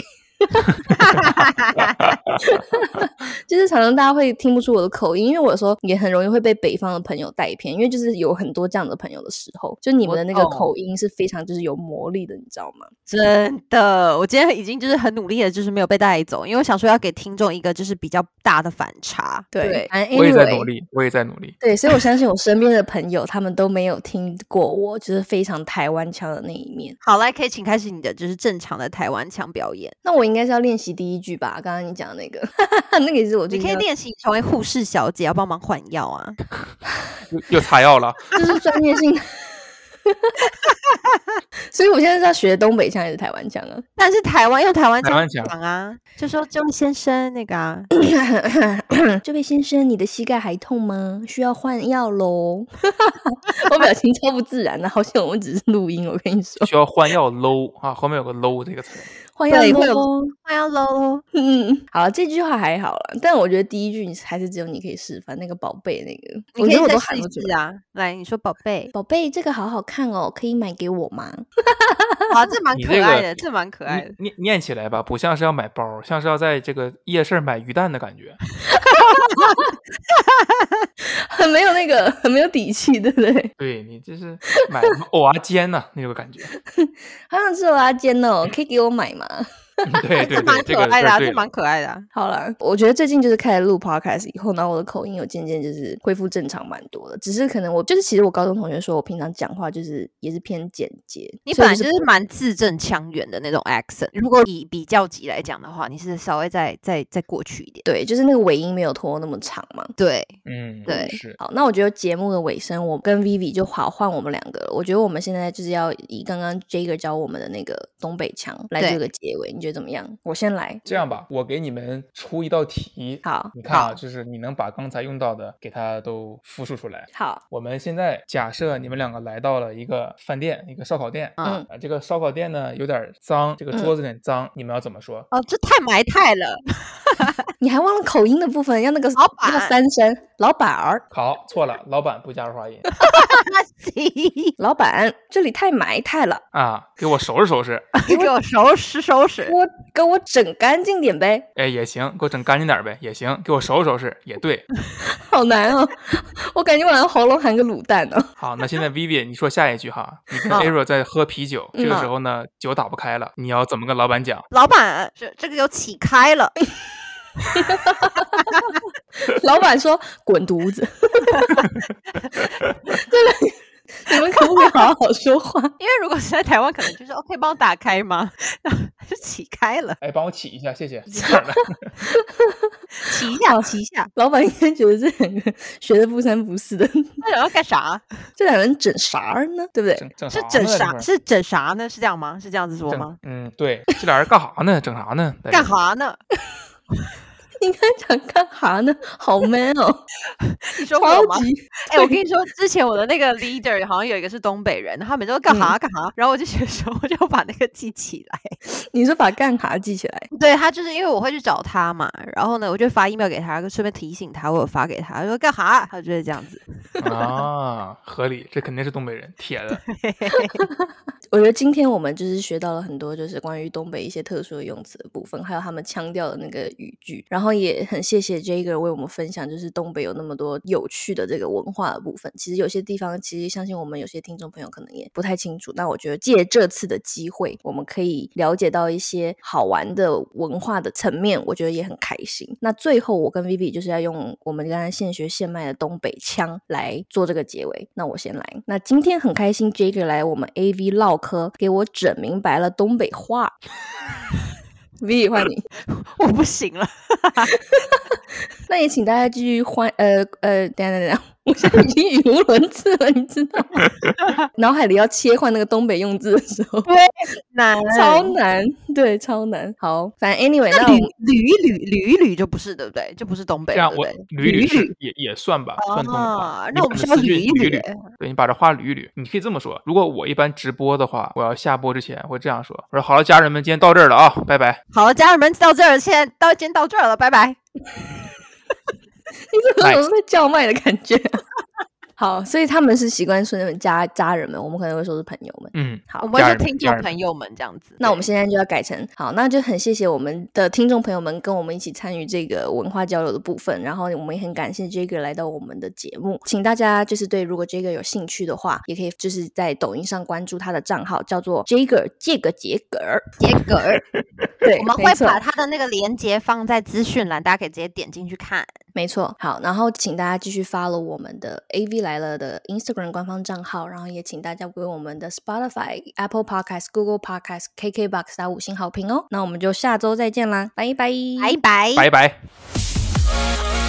[SPEAKER 1] 就是常常大家会听不出我的口音，因为我有时候也很容易会被北方的朋友带偏，因为就是有很多这样的朋友的时候，就你们的那个
[SPEAKER 2] 我懂
[SPEAKER 1] 口音是非常就是有魔力的，你知道吗？
[SPEAKER 2] 真的，我今天已经就是很努力的，就是没有被带走，因为我想说要给听众一个就是比较大的反差。
[SPEAKER 1] 反正
[SPEAKER 3] 我也在努
[SPEAKER 1] anyway。
[SPEAKER 3] 力，我也在努力。
[SPEAKER 1] 对，所以我相信我身边的朋友，他们都没有听过我，就是非常台湾腔的那一面。
[SPEAKER 2] 好，来，可以请开始你的就是正常的台湾腔表演。
[SPEAKER 1] 那我应该是要练习第一句吧？刚刚你讲的那个， [LAUGHS] 那个也是我最
[SPEAKER 2] 你
[SPEAKER 1] 近
[SPEAKER 2] 可以
[SPEAKER 1] 要
[SPEAKER 2] 练习成为护士小姐，要帮忙换药啊。
[SPEAKER 3] 又又擦药了，
[SPEAKER 1] 就是专业性的。 [LAUGHS] 所以我现在是要学东北腔还是台湾腔啊？
[SPEAKER 2] 但是台湾用台湾
[SPEAKER 3] 台
[SPEAKER 2] 腔
[SPEAKER 3] 湾腔
[SPEAKER 2] 讲啊，就说这位先生那个啊，
[SPEAKER 1] [COUGHS] 这位先生，你的膝盖还痛吗？需要换药 [LAUGHS] 喽。我表情超不自然的，好险我们只是录音。我跟你说，
[SPEAKER 3] 需要换药 low 啊，后面有个 low 这个词。
[SPEAKER 1] [LAUGHS] 换药
[SPEAKER 2] 对会有
[SPEAKER 1] 喽。
[SPEAKER 2] 换药喽。
[SPEAKER 1] 嗯，好，这句话还好了，但我觉得第一句你还是只有你可以示范那个宝贝那个，
[SPEAKER 2] 你
[SPEAKER 1] 我
[SPEAKER 2] 可
[SPEAKER 1] 觉得
[SPEAKER 2] 以
[SPEAKER 1] 我
[SPEAKER 2] 再
[SPEAKER 1] 都喊不
[SPEAKER 2] 试
[SPEAKER 1] 出
[SPEAKER 2] 一试
[SPEAKER 1] 来。
[SPEAKER 2] 啊。来，你说宝贝
[SPEAKER 1] [LAUGHS] ，宝贝，这个好好看哦，可以买给我吗？
[SPEAKER 2] 好，这蛮
[SPEAKER 3] 你
[SPEAKER 2] 可
[SPEAKER 3] 这
[SPEAKER 2] 爱
[SPEAKER 3] 个
[SPEAKER 2] 的，这蛮可爱的
[SPEAKER 3] 念。念念起来吧，不像是要买包，像是要在这个夜市买鱼蛋的感觉。
[SPEAKER 1] [LAUGHS] 很没有那个，很没有底气，对不 [LAUGHS] 对？
[SPEAKER 3] 对你这是买
[SPEAKER 2] [LAUGHS]
[SPEAKER 3] 什么藕啊煎呐、那个感觉。
[SPEAKER 1] 好想吃我阿煎哦，可以给我买吗？
[SPEAKER 3] 嗯对对
[SPEAKER 2] 这蛮
[SPEAKER 3] 对，这
[SPEAKER 2] 可
[SPEAKER 3] 个
[SPEAKER 2] 爱的啊，
[SPEAKER 3] 对
[SPEAKER 2] 这蛮可爱的啊。
[SPEAKER 1] 好了，我觉得最近就是开始录 podcast 以后，然后我的口音有渐渐就是恢复正常蛮多的，只是可能我就是其实我高中同学说我平常讲话就是也是偏简洁，
[SPEAKER 2] 你
[SPEAKER 1] 所以
[SPEAKER 2] 本来就
[SPEAKER 1] 就是
[SPEAKER 2] 蛮字正腔圆的那种 accent，如果以比较级来讲的话，你是稍微再再再过去一点。
[SPEAKER 1] 对，就是那个尾音没有拖那么长嘛。
[SPEAKER 2] 对，
[SPEAKER 3] 嗯，
[SPEAKER 1] 对
[SPEAKER 3] 是，
[SPEAKER 1] 好，那我觉得节目的尾声，我跟 Vivi 就好换我们两个了。我觉得我们现在就是要以刚刚 Jager 教我们的那个东北腔来
[SPEAKER 2] 对
[SPEAKER 1] 做个结尾，你觉得怎么样？我先来。
[SPEAKER 3] 这样吧，我给你们出一道题。
[SPEAKER 1] 好
[SPEAKER 3] 你看啊，
[SPEAKER 2] 好
[SPEAKER 3] 就是你能把刚才用到的给它都复述出来。
[SPEAKER 2] [LAUGHS]
[SPEAKER 1] 好，
[SPEAKER 3] 我们现在假设你们两个来到了一个饭店，一个烧烤店。
[SPEAKER 2] 嗯
[SPEAKER 1] 嗯，
[SPEAKER 3] 啊，这个烧烤店呢有点脏，这个
[SPEAKER 1] 嗯
[SPEAKER 3] 桌子有点脏，你们要怎么说？
[SPEAKER 2] 哦，这太埋汰了。
[SPEAKER 1] 你还忘了口音的部分，要那个
[SPEAKER 2] 老
[SPEAKER 1] 那个
[SPEAKER 2] 板
[SPEAKER 1] 三声，老板儿，
[SPEAKER 3] 好，错了，老板不加入
[SPEAKER 2] [LAUGHS]
[SPEAKER 3] 话音
[SPEAKER 2] 行，
[SPEAKER 1] 老板，这里太埋汰了。
[SPEAKER 3] 啊，给我收拾收拾。
[SPEAKER 2] 给我收拾收拾
[SPEAKER 1] 给。我给我整干净点呗，
[SPEAKER 3] 哎，也行，给我整干净点儿呗，也行，给我收拾收拾，也对。
[SPEAKER 1] 好难哦， [LAUGHS] 我感觉我好像喉咙含个卤蛋哦。 [LAUGHS]
[SPEAKER 3] 好，那现在 Vivi，你说下一句哈，你跟
[SPEAKER 2] 好
[SPEAKER 3] Ariel 在喝啤酒，这个
[SPEAKER 1] 嗯
[SPEAKER 3] 时候呢，酒打不开了，你要怎么跟老板讲？
[SPEAKER 2] 老板，这这个有起开了，
[SPEAKER 1] 老板说滚犊子， [LAUGHS] 这个你们可不可以好好说话？
[SPEAKER 2] 因为如果是在台湾，可能就是 OK，帮我打开吗？ [LAUGHS] 就起开了，
[SPEAKER 3] 哎，帮我起一下，谢谢。
[SPEAKER 2] [LAUGHS]
[SPEAKER 3] 这样的， [LAUGHS]
[SPEAKER 2] 起一下，起一下。
[SPEAKER 1] 老板应该觉得这两个学的不三不四的，
[SPEAKER 2] 那想要干啥？
[SPEAKER 1] 这两人整啥儿呢？对不对
[SPEAKER 3] 整？整
[SPEAKER 2] 是
[SPEAKER 3] 啥
[SPEAKER 2] 整
[SPEAKER 3] 呢这
[SPEAKER 2] 啥？
[SPEAKER 3] 啊是
[SPEAKER 2] 是整啥呢？是这样吗？是这样子说
[SPEAKER 3] 整
[SPEAKER 2] 吗？
[SPEAKER 3] 嗯，
[SPEAKER 2] [LAUGHS]
[SPEAKER 3] 对，这俩人干啥呢？整啥呢？在
[SPEAKER 2] 干
[SPEAKER 3] 这
[SPEAKER 2] 啥呢？
[SPEAKER 1] 应该想干哈呢？好 man 哦，
[SPEAKER 2] 你说我吗
[SPEAKER 1] 超？级 [LAUGHS]
[SPEAKER 2] 哎、我跟你说，之前我的那个 leader 好像有一个是东北人，他每周干哈干哈，然后我就觉得说，我就把那个记起来。
[SPEAKER 1] 你说把干哈记起来，
[SPEAKER 2] 对他就是因为我会去找他嘛，然后呢，我就发 email 给他，顺便提醒他，我有发给他，他说干哈，他就是这样子。
[SPEAKER 3] 啊，合理，这肯定是东北人，铁的。
[SPEAKER 1] 我觉得今天我们就是学到了很多，就是关于东北一些特殊的用词的部分，还有他们腔调的那个语句。然后也很谢谢 Jager 为我们分享，就是东北有那么多有趣的这个文化的部分。其实有些地方，其实相信我们有些听众朋友可能也不太清楚。那我觉得借这次的机会，我们可以了解到一些好玩的文化的层面，我觉得也很开心。那最后我跟 Vivi 就是要用我们刚才现学现卖的东北腔来做这个结尾。那我先来。那今天很开心 Jager 来我们 AV 唠嗑，给我整明白了东北话。Vivi 换你。
[SPEAKER 2] [LAUGHS] 我不行了，
[SPEAKER 1] 那也请大家继续欢呃呃，等一下等一下，我现在已经语无伦次了，你知道吗？ [LAUGHS] 脑海里要切换那个东北用字的时候，
[SPEAKER 2] 难
[SPEAKER 1] 超难， [LAUGHS] 对，超难。好，反正 anyway，那
[SPEAKER 2] 那
[SPEAKER 1] 我们
[SPEAKER 2] 捋捋一捋捋一捋就不是对不对？就不是东北
[SPEAKER 3] 这
[SPEAKER 2] 人
[SPEAKER 3] 样
[SPEAKER 2] 对啊
[SPEAKER 3] 我
[SPEAKER 2] 不对？
[SPEAKER 3] 捋一
[SPEAKER 2] 捋
[SPEAKER 3] 捋是也也算吧，算东北话
[SPEAKER 2] 啊。
[SPEAKER 3] 你
[SPEAKER 2] 那我
[SPEAKER 3] 把
[SPEAKER 2] 们
[SPEAKER 3] 这
[SPEAKER 2] 是要
[SPEAKER 3] 四句
[SPEAKER 2] 捋一
[SPEAKER 3] 捋
[SPEAKER 2] 捋欸
[SPEAKER 3] 捋，对你把这话捋一捋。你可以这么说：如果我一般直播的话，我要下播之前会这样说：我说好了，家人们，今天到这儿了啊，拜拜。
[SPEAKER 2] 好了，家人们到这儿，现在到今天到这儿了，拜拜。
[SPEAKER 1] 你怎么有种在叫卖的感觉啊、 [LAUGHS] 好，所以他们是习惯说那种家家人们，我们可能会说是朋友们。
[SPEAKER 3] 嗯，
[SPEAKER 1] 好
[SPEAKER 2] 我们会
[SPEAKER 3] 家
[SPEAKER 2] 说
[SPEAKER 3] 人们
[SPEAKER 2] 听
[SPEAKER 3] 家
[SPEAKER 2] 众
[SPEAKER 3] 人们
[SPEAKER 2] 朋友们这样子。
[SPEAKER 1] 那我们
[SPEAKER 2] 对
[SPEAKER 1] 现在就要改成好，那就很谢谢我们的听众朋友们跟我们一起参与这个文化交流的部分，然后我们也很感谢 Jager 来到我们的节目，请大家就是对如果 Jager 有兴趣的话，也可以就是在抖音上关注他的账号，叫做 Jager 杰个杰格
[SPEAKER 2] [LAUGHS]
[SPEAKER 1] 儿，
[SPEAKER 2] 杰格尔，
[SPEAKER 1] 对，
[SPEAKER 2] 我们
[SPEAKER 1] 没
[SPEAKER 2] 会
[SPEAKER 1] 错
[SPEAKER 2] 把他的那个链接放在资讯栏，大家可以直接点进去看。
[SPEAKER 1] 没错，好，然后请大家继续 follow 我们的 AV 来了的 Instagram 官方账号，然后也请大家为我们的 Spotify、Apple Podcast、Google Podcast、KKBox 打五
[SPEAKER 2] 嗯
[SPEAKER 1] 星好评哦。那我们就下周再见啦，拜拜，
[SPEAKER 2] 拜拜。
[SPEAKER 3] 拜拜。
[SPEAKER 4] 「あなたの